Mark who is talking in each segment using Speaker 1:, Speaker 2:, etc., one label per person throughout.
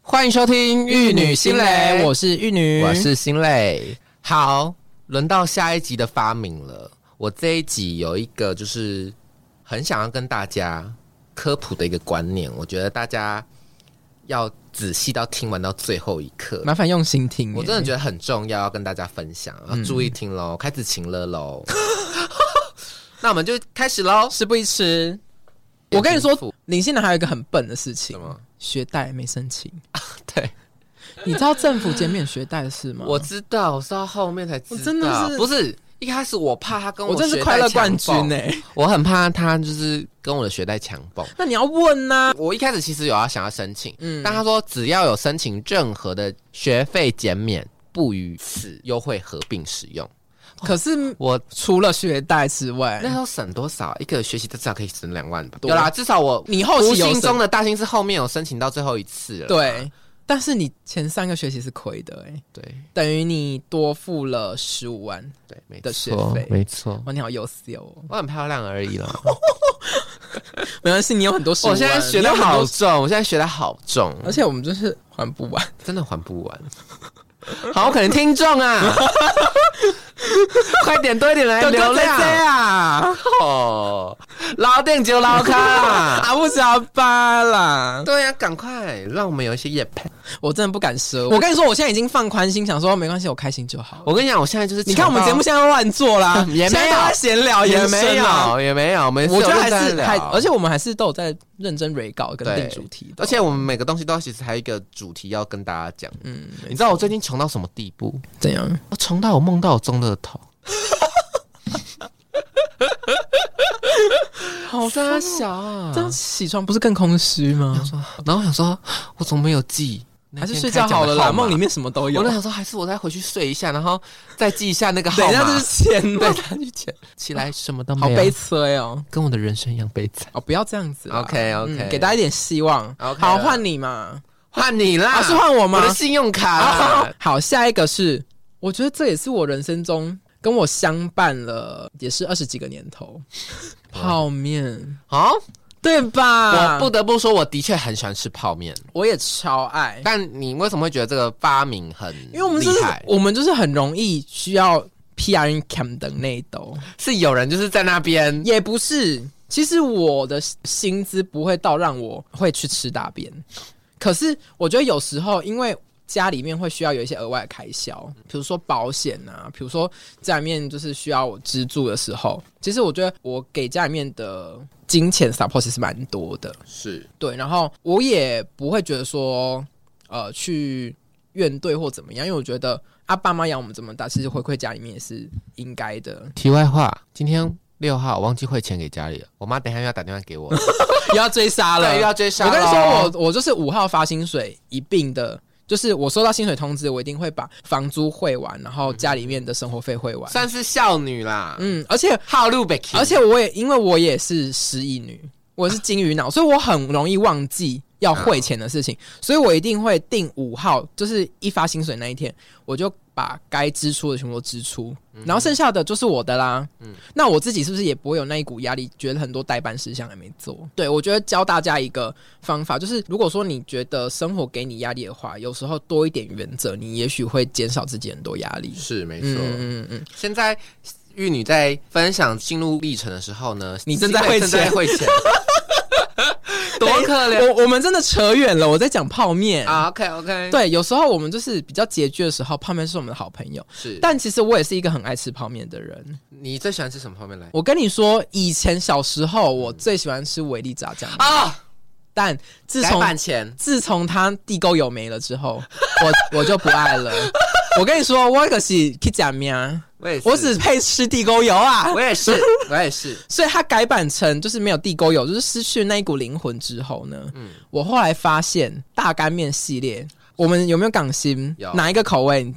Speaker 1: 欢迎收听《玉女心蕾》，我是玉女，
Speaker 2: 我是心累。好，轮到下一集的发明了。我这一集有一个就是很想要跟大家科普的一个观念，我觉得大家要仔细到听完到最后一刻。
Speaker 1: 麻烦用心听耶。
Speaker 2: 我真的觉得很重要，要跟大家分享，要
Speaker 1: 嗯
Speaker 2: 注意听喽。开始请了喽， 那我们就开始喽。
Speaker 1: 吃不宜吃。我跟你
Speaker 2: 眼睛
Speaker 1: 说
Speaker 2: 腹，
Speaker 1: 领先的还有一个很笨的事情
Speaker 2: 什么，
Speaker 1: 学贷没申请。
Speaker 2: 对，
Speaker 1: 你知道政府减免学贷的事吗？
Speaker 2: 我知道，我是到后面才知道，
Speaker 1: 我真的是
Speaker 2: 不是一开始我怕他跟
Speaker 1: 我真是
Speaker 2: 学
Speaker 1: 快
Speaker 2: 贷
Speaker 1: 乐
Speaker 2: 强
Speaker 1: 冠军欸
Speaker 2: 暴
Speaker 1: 呢、
Speaker 2: 我很怕他就是跟我的学贷强暴。
Speaker 1: 那你要问啊呐、
Speaker 2: 我一开始其实有要想要申请，
Speaker 1: 嗯
Speaker 2: 但他说只要有申请任何的学费减免，不与此优惠合并使用。
Speaker 1: 可是
Speaker 2: 我
Speaker 1: 除了学贷之外
Speaker 2: 那时，候省多少？一个学期至少可以省两万吧？
Speaker 1: 多
Speaker 2: 有啦，至少我
Speaker 1: 你后
Speaker 2: 无
Speaker 1: 期有
Speaker 2: 形
Speaker 1: 省
Speaker 2: 中的大心是后面有申请到最后一次了。
Speaker 1: 对，但是你前三个学期是亏的、欸，
Speaker 2: 对
Speaker 1: 等于你多付了十五万。
Speaker 2: 对，没
Speaker 1: 的学
Speaker 2: 错
Speaker 1: 费
Speaker 2: 没错。
Speaker 1: 哇，你好优秀哦！
Speaker 2: 我很漂亮而已啦。
Speaker 1: 没关系，你有很多15万。
Speaker 2: 我现在学的
Speaker 1: 你有很
Speaker 2: 好
Speaker 1: 多，
Speaker 2: 重，我现在学的好重，
Speaker 1: 而且我们就是还不完。
Speaker 2: 真的还不完。 好，我可能听众 啊，快点多一点
Speaker 1: 哎
Speaker 2: 来流量
Speaker 1: 这啊，
Speaker 2: 哦，老定就老 卡。
Speaker 1: 阿啊不小巴啦！
Speaker 2: 对呀、赶快让我们有一些夜配。
Speaker 1: 我真的不敢奢。我跟你说，我现在已经放宽心，想说没关系，我开心就好。
Speaker 2: 我跟你讲，我现在就是，
Speaker 1: 你看我们节目现在都乱做 啦
Speaker 2: 也没有
Speaker 1: 现在都在闲聊，
Speaker 2: 也
Speaker 1: 延
Speaker 2: 没
Speaker 1: 伸啊。
Speaker 2: 有，也没有，我们
Speaker 1: 我觉得还
Speaker 2: 有认真
Speaker 1: 是
Speaker 2: 聊
Speaker 1: 还，而且我们还是都有在认真 re 稿跟
Speaker 2: 对
Speaker 1: 定主题的。
Speaker 2: 而且我们每个东西都其实还有一个主题要跟大家讲。
Speaker 1: 嗯，
Speaker 2: 你知道我最近穷到什么地步？
Speaker 1: 怎样？
Speaker 2: 我穷到我梦到我中乐透。
Speaker 1: 好哦
Speaker 2: 傻小啊
Speaker 1: 这样起床不是更空虚吗？
Speaker 2: 然后我想说，我怎么没有记？
Speaker 1: 还是睡觉好了啦，梦里
Speaker 2: 面。
Speaker 1: 面什么都有
Speaker 2: 我在。想说，还是我再回去睡一下，然后再记一下那个号
Speaker 1: 等
Speaker 2: 码。
Speaker 1: 一下就是钱 了，
Speaker 2: 对他去捡起来，什么都没
Speaker 1: 好
Speaker 2: 有，
Speaker 1: 悲催哦！
Speaker 2: 跟我的人生一样悲惨。
Speaker 1: 哦，不要这样子啦。
Speaker 2: OK，OK
Speaker 1: 嗯给大家一点希望。
Speaker 2: OK
Speaker 1: 好，
Speaker 2: 了
Speaker 1: 换你嘛。
Speaker 2: 换你啦，
Speaker 1: 啊，是换我吗
Speaker 2: 我？的信用卡
Speaker 1: 啊
Speaker 2: 啦。
Speaker 1: 好，下一个是，我觉得这也是我人生中跟我相伴了，也是二十几个年头。泡面，
Speaker 2: 好，
Speaker 1: 对吧？
Speaker 2: 我不，得不说，我的确很喜欢吃泡面。
Speaker 1: 我也超爱，
Speaker 2: 但你为什么会觉得这个发明很
Speaker 1: 因为我们就是
Speaker 2: 厉害？
Speaker 1: 我们就是很容易需要 P R N Cam 等那一斗，
Speaker 2: 是有人就是在那边
Speaker 1: 也不是。其实我的薪资不会到让我会去吃大便，可是我觉得有时候因为。家里面会需要有一些额外的开销，比如说保险啊，比如说家里面就是需要我资助的时候，其实我觉得我给家里面的金钱 support 其实蛮多的，
Speaker 2: 是
Speaker 1: 对，然后我也不会觉得说，呃，去怨怼或怎么样，因为我觉得啊，爸妈养我们这么大，其实回馈家里面也是应该的。
Speaker 2: 题外话。今天六号我忘记汇钱给家里了，我妈等一下又要打电话给 我，
Speaker 1: 又要追杀了，
Speaker 2: 对，又要追杀
Speaker 1: 呃
Speaker 2: 咯。
Speaker 1: 我跟你
Speaker 2: 哦
Speaker 1: 说，我我就是五号发薪水一并的，就是我收到薪水通知，我一定会把房租汇完，然后家里面的生活费汇完。
Speaker 2: 算是孝女啦，
Speaker 1: 嗯，而且
Speaker 2: 好路北，
Speaker 1: 而且我也因为我也是失忆女，我是金鱼脑，所以我很容易忘记要汇钱的事情，所以我一定会定五号，就是一发薪水那一天，我就把该支出的全部都支出，
Speaker 2: 嗯
Speaker 1: 然后剩下的就是我的啦。嗯，那我自己是不是也不会有那一股压力，觉得很多代办事项还没做？对，我觉得教大家一个方法，就是如果说你觉得生活给你压力的话，有时候多一点原则，你也许会减少自己很多压力。
Speaker 2: 是没错。
Speaker 1: 嗯嗯嗯，
Speaker 2: 现在玉女在分享心路历程的时候呢，
Speaker 1: 你正在汇钱
Speaker 2: 正在汇钱， 多可怜
Speaker 1: 我我们真的扯远了，我在讲泡面
Speaker 2: 啊！OK OK，，
Speaker 1: 对，有时候我们就是比较拮据的时候，泡面是我们的好朋友。
Speaker 2: 是。但
Speaker 1: 但其实我也是一个很爱吃泡面的人。
Speaker 2: 你最喜欢吃什么泡面来？
Speaker 1: 我跟你说，以前小时候我最喜欢吃维力炸酱面，
Speaker 2: 啊，
Speaker 1: 但自
Speaker 2: 改
Speaker 1: 从
Speaker 2: 版前
Speaker 1: 自从它地沟油没了之后，我我 就不爱了。我跟你说，我可是去假面，啊
Speaker 2: 我也是，
Speaker 1: 我只配吃地沟油 啊。
Speaker 2: 我也是， 我也是。
Speaker 1: 所以它改版成就是没有地沟油，就是失去那一股灵魂之后呢，
Speaker 2: 嗯
Speaker 1: 我后来发现大干面系列，我们有没有港星
Speaker 2: 有？
Speaker 1: 哪一个口味？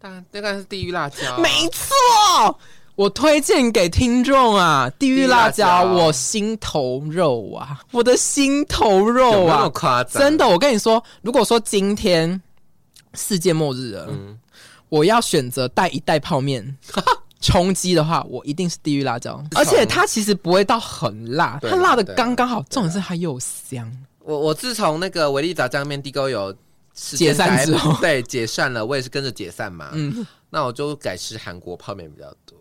Speaker 2: 但那个是地狱辣椒啊，
Speaker 1: 没错，我推荐给听众啊，地狱辣椒，
Speaker 2: 地狱辣椒
Speaker 1: 我心头肉啊，我的心头肉
Speaker 2: 有那么
Speaker 1: 啊，
Speaker 2: 夸张，
Speaker 1: 真的，我跟你说，如果说今天世界末日了，
Speaker 2: 嗯
Speaker 1: 我要选择带一袋 泡面。充饥的话，我一定是地狱辣椒，而且它其实不会到很辣，
Speaker 2: 对
Speaker 1: 它辣的
Speaker 2: 对
Speaker 1: 刚刚好，重点是它又香。
Speaker 2: 我我自从那个维力炸酱面地沟油时
Speaker 1: 解
Speaker 2: 间
Speaker 1: 散之后
Speaker 2: 对解散了，我也是跟着解散嘛。
Speaker 1: 嗯，
Speaker 2: 那我就改吃韩国泡面比较多。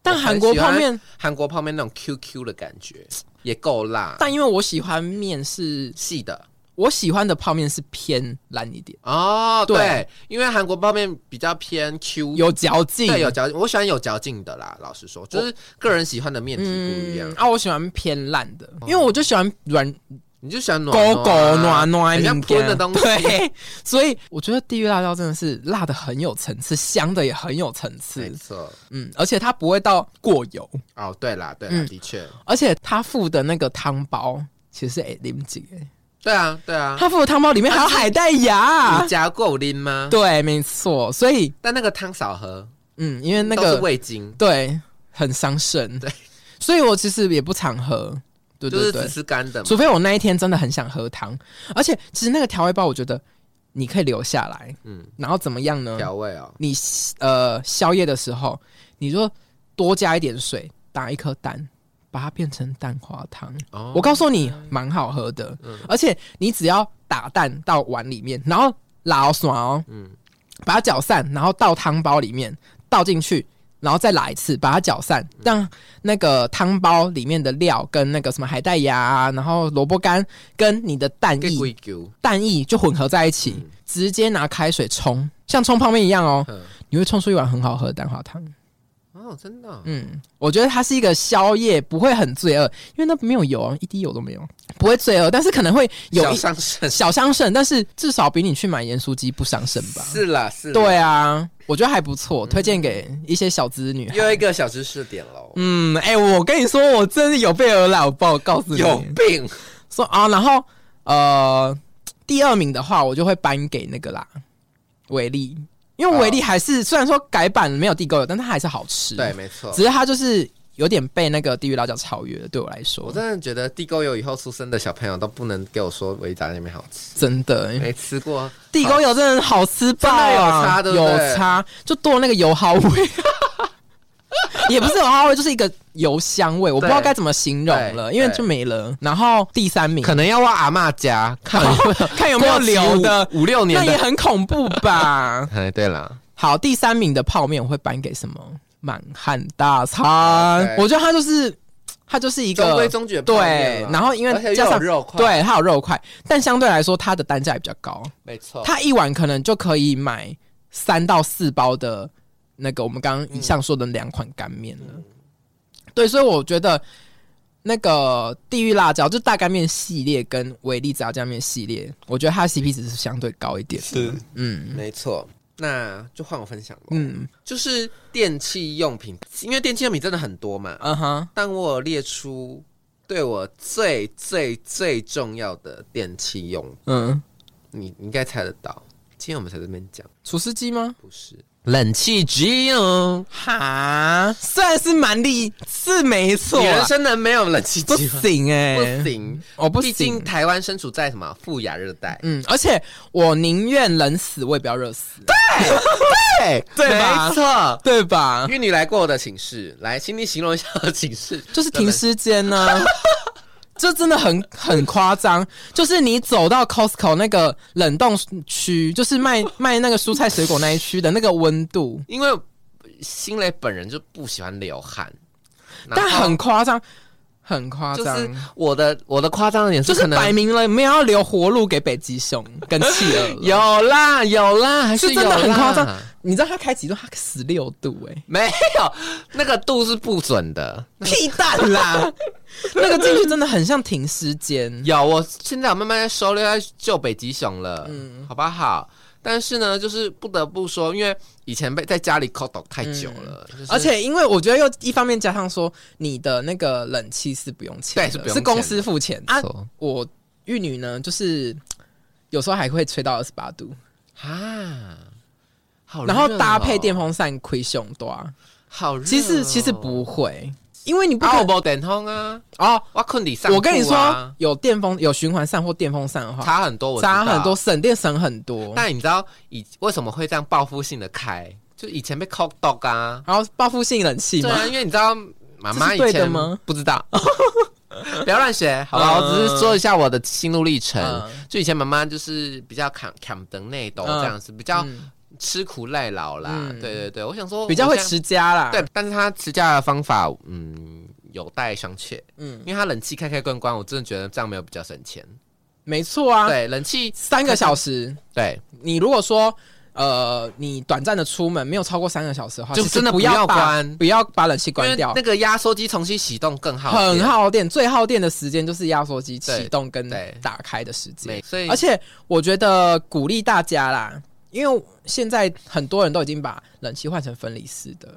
Speaker 1: 但
Speaker 2: 我很
Speaker 1: 韩国
Speaker 2: 喜欢
Speaker 1: 泡面，
Speaker 2: 韩国泡面那种 QQ 的感觉也够辣，
Speaker 1: 但因为我喜欢面是，
Speaker 2: 细的
Speaker 1: 我喜欢的泡面是偏烂一点，
Speaker 2: 哦。
Speaker 1: 对
Speaker 2: 对，因为韩国泡面比较偏 Q，
Speaker 1: 有嚼劲，
Speaker 2: 对有嚼劲，我喜欢有嚼劲的啦。老实说，就是个人喜欢的面体不一样。
Speaker 1: 啊，我喜欢偏烂的，因为我就喜欢软
Speaker 2: 你就喜欢暖啊
Speaker 1: 狗狗暖暖
Speaker 2: 很像
Speaker 1: 面
Speaker 2: 喷的东西。
Speaker 1: 对， 所以我觉得地狱辣椒真的是辣的很有层次，香的也很有层
Speaker 2: 没
Speaker 1: 次，
Speaker 2: 错。
Speaker 1: 嗯，而且它不会到过油，
Speaker 2: 哦，对啦，对啦，
Speaker 1: 嗯
Speaker 2: 的确，
Speaker 1: 而且它附的那个汤包其实哎，林姐，
Speaker 2: 对啊，对啊。
Speaker 1: 它附的汤包里面还有海带芽
Speaker 2: 你，加过拎吗？
Speaker 1: 对，没错，所以
Speaker 2: 但那个汤少喝，
Speaker 1: 嗯，因为那
Speaker 2: 都
Speaker 1: 个
Speaker 2: 是味精，
Speaker 1: 对很伤肾，
Speaker 2: 对，
Speaker 1: 所以我其实也不常喝，对
Speaker 2: 就是
Speaker 1: 对
Speaker 2: 只
Speaker 1: 对，
Speaker 2: 吃干的嘛。
Speaker 1: 除非我那一天真的很想喝汤，而且其实那个调味包我觉得你可以留下来，
Speaker 2: 嗯，
Speaker 1: 然后怎么样呢？
Speaker 2: 调味哦，
Speaker 1: 你呃宵夜的时候，你就多加一点水，打一颗蛋，把它变成蛋花汤。
Speaker 2: 哦
Speaker 1: 我告诉你，蛮好喝的，
Speaker 2: 嗯
Speaker 1: 而且你只要打蛋到碗里面，然后拉爽哦，
Speaker 2: 嗯
Speaker 1: 把它搅散，然后倒汤包里面倒进去。然后再拉一次，把它搅散，
Speaker 2: 嗯
Speaker 1: 让那个汤包里面的料跟那个什么海带芽啊、然后萝卜干跟你的蛋
Speaker 2: 给
Speaker 1: 液
Speaker 2: 龟狗，
Speaker 1: 蛋液就混合在一起，
Speaker 2: 嗯
Speaker 1: 直接拿开水冲，像冲泡面一样哦，
Speaker 2: 嗯
Speaker 1: 你会冲出一碗很好喝的蛋花汤。
Speaker 2: 哦，真的哦，
Speaker 1: 嗯，我觉得它是一个宵夜，不会很罪恶，因为那没有油啊，一滴油都没有，不会罪恶，但是可能会有
Speaker 2: 小
Speaker 1: 一
Speaker 2: 上身
Speaker 1: 小伤肾，但是至少比你去买盐酥鸡不伤肾吧？
Speaker 2: 是啦，是嗯啦，
Speaker 1: 对啊，我觉得还不错，推荐给一些小资女
Speaker 2: 又
Speaker 1: 孩。
Speaker 2: 一个小知识点喽，
Speaker 1: 嗯，哎、我跟你说，我真的有备而来，我报告诉你，
Speaker 2: 有病，
Speaker 1: 说啊，然后呃，第二名的话，我就会颁给那个啦，维力，因为维力还是、虽然说改版没有地沟油，但它还是好吃。
Speaker 2: 对，，没错
Speaker 1: 只。是它就是有点被那个地狱辣椒超越了，对我来说
Speaker 2: 我，真的觉得地沟油以后出生的小朋友都不能给我说维达那边好吃，
Speaker 1: 真的。
Speaker 2: 没吃过
Speaker 1: 地沟油真的好吃爆、啊，
Speaker 2: 哎真的有差对不对
Speaker 1: 有差，就多了那个油耗味， 也不是油耗味，就是一个油香味，我不知道
Speaker 2: 对
Speaker 1: 该怎么形容了，
Speaker 2: 对
Speaker 1: 因为
Speaker 2: 对
Speaker 1: 就没了。然后第三名，
Speaker 2: 可能要挖阿嬷家 看
Speaker 1: 看有没有留的，
Speaker 2: 五六
Speaker 1: 那
Speaker 2: 年
Speaker 1: 也
Speaker 2: 的。
Speaker 1: 很恐怖吧？
Speaker 2: 哎，对了，
Speaker 1: 好，第三名的泡面我会颁给什么？满汉大餐
Speaker 2: OK
Speaker 1: 我觉得它就是它就是一
Speaker 2: 啊中规
Speaker 1: 个
Speaker 2: 中矩的泡面
Speaker 1: 对
Speaker 2: 啦，
Speaker 1: 然后因
Speaker 2: 而且
Speaker 1: 为
Speaker 2: 又
Speaker 1: 加
Speaker 2: 有
Speaker 1: 上
Speaker 2: 肉块，，
Speaker 1: 对它有肉块，但相对来说它的单价也比较高，
Speaker 2: 没错，
Speaker 1: 它一碗可能就可以买三到四包的那个我们刚刚以上说的两款干面了。
Speaker 2: 嗯
Speaker 1: 对，所以我觉得那个地狱辣椒就大干面系列跟维力炸酱面系列，我觉得它的 CP 值是相对高一点的。
Speaker 2: 是
Speaker 1: 嗯
Speaker 2: 没错。那就换我分享了，
Speaker 1: 嗯
Speaker 2: 就是电器用品，因为电器用品真的很多嘛，
Speaker 1: 嗯哼，
Speaker 2: 但我有列出对我最最最重要的电器用品，
Speaker 1: 嗯。
Speaker 2: 你你应该猜得到。今天我们才在这边讲，
Speaker 1: 厨师机吗？
Speaker 2: 不是冷气机哦，
Speaker 1: 哈，虽然是蛮力，是没错
Speaker 2: 你
Speaker 1: 啦，
Speaker 2: 人生能没有冷气
Speaker 1: 啊不
Speaker 2: 机吗？
Speaker 1: 行哎、
Speaker 2: 不，行，
Speaker 1: 我不
Speaker 2: 毕竟
Speaker 1: 行。
Speaker 2: 台湾身处在什么富亚热带，
Speaker 1: 嗯，而且我宁愿冷死，我也不要热死，
Speaker 2: 对
Speaker 1: 对吧
Speaker 2: 没错。
Speaker 1: 对吧
Speaker 2: 因？为你来过我的寝室，来，请你形容一下我的寝室，
Speaker 1: 就是停尸间呢、 这真的很很夸张。就是你走到 Costco 那个冷冻区，就是卖 卖那个蔬菜水果那一区的那个温度，
Speaker 2: 因为新蕾本人就不喜欢流汗，
Speaker 1: 但
Speaker 2: 然后
Speaker 1: 很夸张，很夸
Speaker 2: 就
Speaker 1: 张。
Speaker 2: 是我的我的夸张的点
Speaker 1: 就是是
Speaker 2: 可能
Speaker 1: 摆明了没有要留活路给北极熊跟企 鹅了，
Speaker 2: 有啦有啦，还
Speaker 1: 是
Speaker 2: 有
Speaker 1: 真的很
Speaker 2: 啦
Speaker 1: 夸张。你知道它开几度？它十六度哎、
Speaker 2: 没有那个度是不准的。
Speaker 1: 屁蛋啦！ 那个进去真的很像停尸间。
Speaker 2: 有，我现在我慢慢在收敛在救北极熊了，嗯，好不好？但是呢，就是不得不说，因为以前被在家里 c o 太久了，就是
Speaker 1: 嗯而且，因为我觉得又一方面加上说，你的那个冷气是不用钱的，
Speaker 2: 对是不用钱的
Speaker 1: 公司付钱啊
Speaker 2: 没错。
Speaker 1: 我玉女呢，就是有时候还会吹到二十八度，
Speaker 2: 啊，好热
Speaker 1: 然
Speaker 2: 哦，
Speaker 1: 后搭配电风扇亏胸多啊。
Speaker 2: 好热哦，
Speaker 1: 其实其实不会，因为你不
Speaker 2: 啊，
Speaker 1: 可
Speaker 2: 我没电风啊，
Speaker 1: 哦。
Speaker 2: 我困你上、
Speaker 1: 我跟你说，，有电风有循环扇或电风扇的话，
Speaker 2: 啊差很多，我知道
Speaker 1: 差很多，。省电省很多。
Speaker 2: 但你知道以为什么会这样报复性的开？就以前被 c o dog 啊，
Speaker 1: 然后报复性冷气
Speaker 2: 对
Speaker 1: 嘛
Speaker 2: 啊，，因为你知道妈妈以
Speaker 1: 这是对的
Speaker 2: 前
Speaker 1: 吗
Speaker 2: 不知道，不要乱学，好不好？
Speaker 1: 嗯
Speaker 2: 我只是说一下我的心路历程。
Speaker 1: 嗯
Speaker 2: 就以前妈妈就是比较砍砍等内斗这样子，比较
Speaker 1: 嗯
Speaker 2: 吃苦耐劳啦。
Speaker 1: 嗯
Speaker 2: 对对啊对，我想说
Speaker 1: 比较会
Speaker 2: 我现
Speaker 1: 持家啦。
Speaker 2: 在，，对，但是她持家的方法，嗯，有待商榷。
Speaker 1: 嗯，
Speaker 2: 因为她冷气开开关关，我真的觉得这样没有比较省钱。
Speaker 1: 没错啊。
Speaker 2: 对，冷气
Speaker 1: 三个小时，
Speaker 2: 对，
Speaker 1: 你如果说呃，你短暂的出门没有超过三个小时的话，
Speaker 2: 就
Speaker 1: 其实
Speaker 2: 真的
Speaker 1: 不
Speaker 2: 不要
Speaker 1: 把
Speaker 2: 关
Speaker 1: 不要把冷气
Speaker 2: 因
Speaker 1: 关
Speaker 2: 为
Speaker 1: 掉
Speaker 2: 那，个压缩机重新启动更好，
Speaker 1: 很。耗电。最耗电的时间就是压缩机
Speaker 2: 对
Speaker 1: 启动跟
Speaker 2: 对
Speaker 1: 打开的时间
Speaker 2: 对，。所以
Speaker 1: 而且我觉得鼓励大家啦，因为现在很多人都已经把冷气换成分离式的，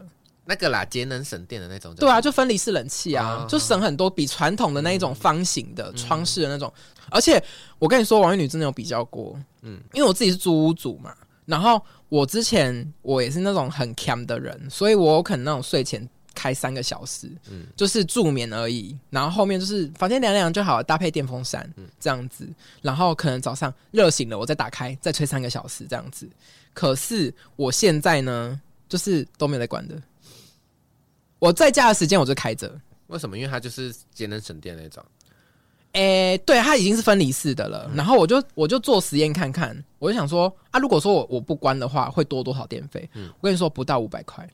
Speaker 2: 那个啦，节能省电的那种叫
Speaker 1: 对
Speaker 2: 什
Speaker 1: 啊，
Speaker 2: 么，
Speaker 1: 就分离式冷气啊
Speaker 2: 啊，嗯
Speaker 1: 就省很多，比传统的那一种方形的窗式的那种。而且我跟你说，王玉女真的有比较过，嗯
Speaker 2: 嗯，
Speaker 1: 因为我自己是租屋主嘛，然后我之前我也是那种很 cam 的人，所以我有可能那种睡前。开三个小时，
Speaker 2: 嗯
Speaker 1: 就是助眠而已。然后后面就是房间凉凉就好了，搭配电风扇、
Speaker 2: 嗯
Speaker 1: 这样子。然后可能早上热醒了，我再打开，再吹三个小时这样子。可是我现在呢，就是都没有在管的。我在家的时间我就开着，
Speaker 2: 为什么？因为它就是节能省电的那种。
Speaker 1: 诶、对，它已经是分离式的
Speaker 2: 嗯
Speaker 1: 了。然后我就我就做实验看看，我就想说啊，如果说我我不关的话，会多多少电费？
Speaker 2: 嗯
Speaker 1: 我跟你说不到五百块。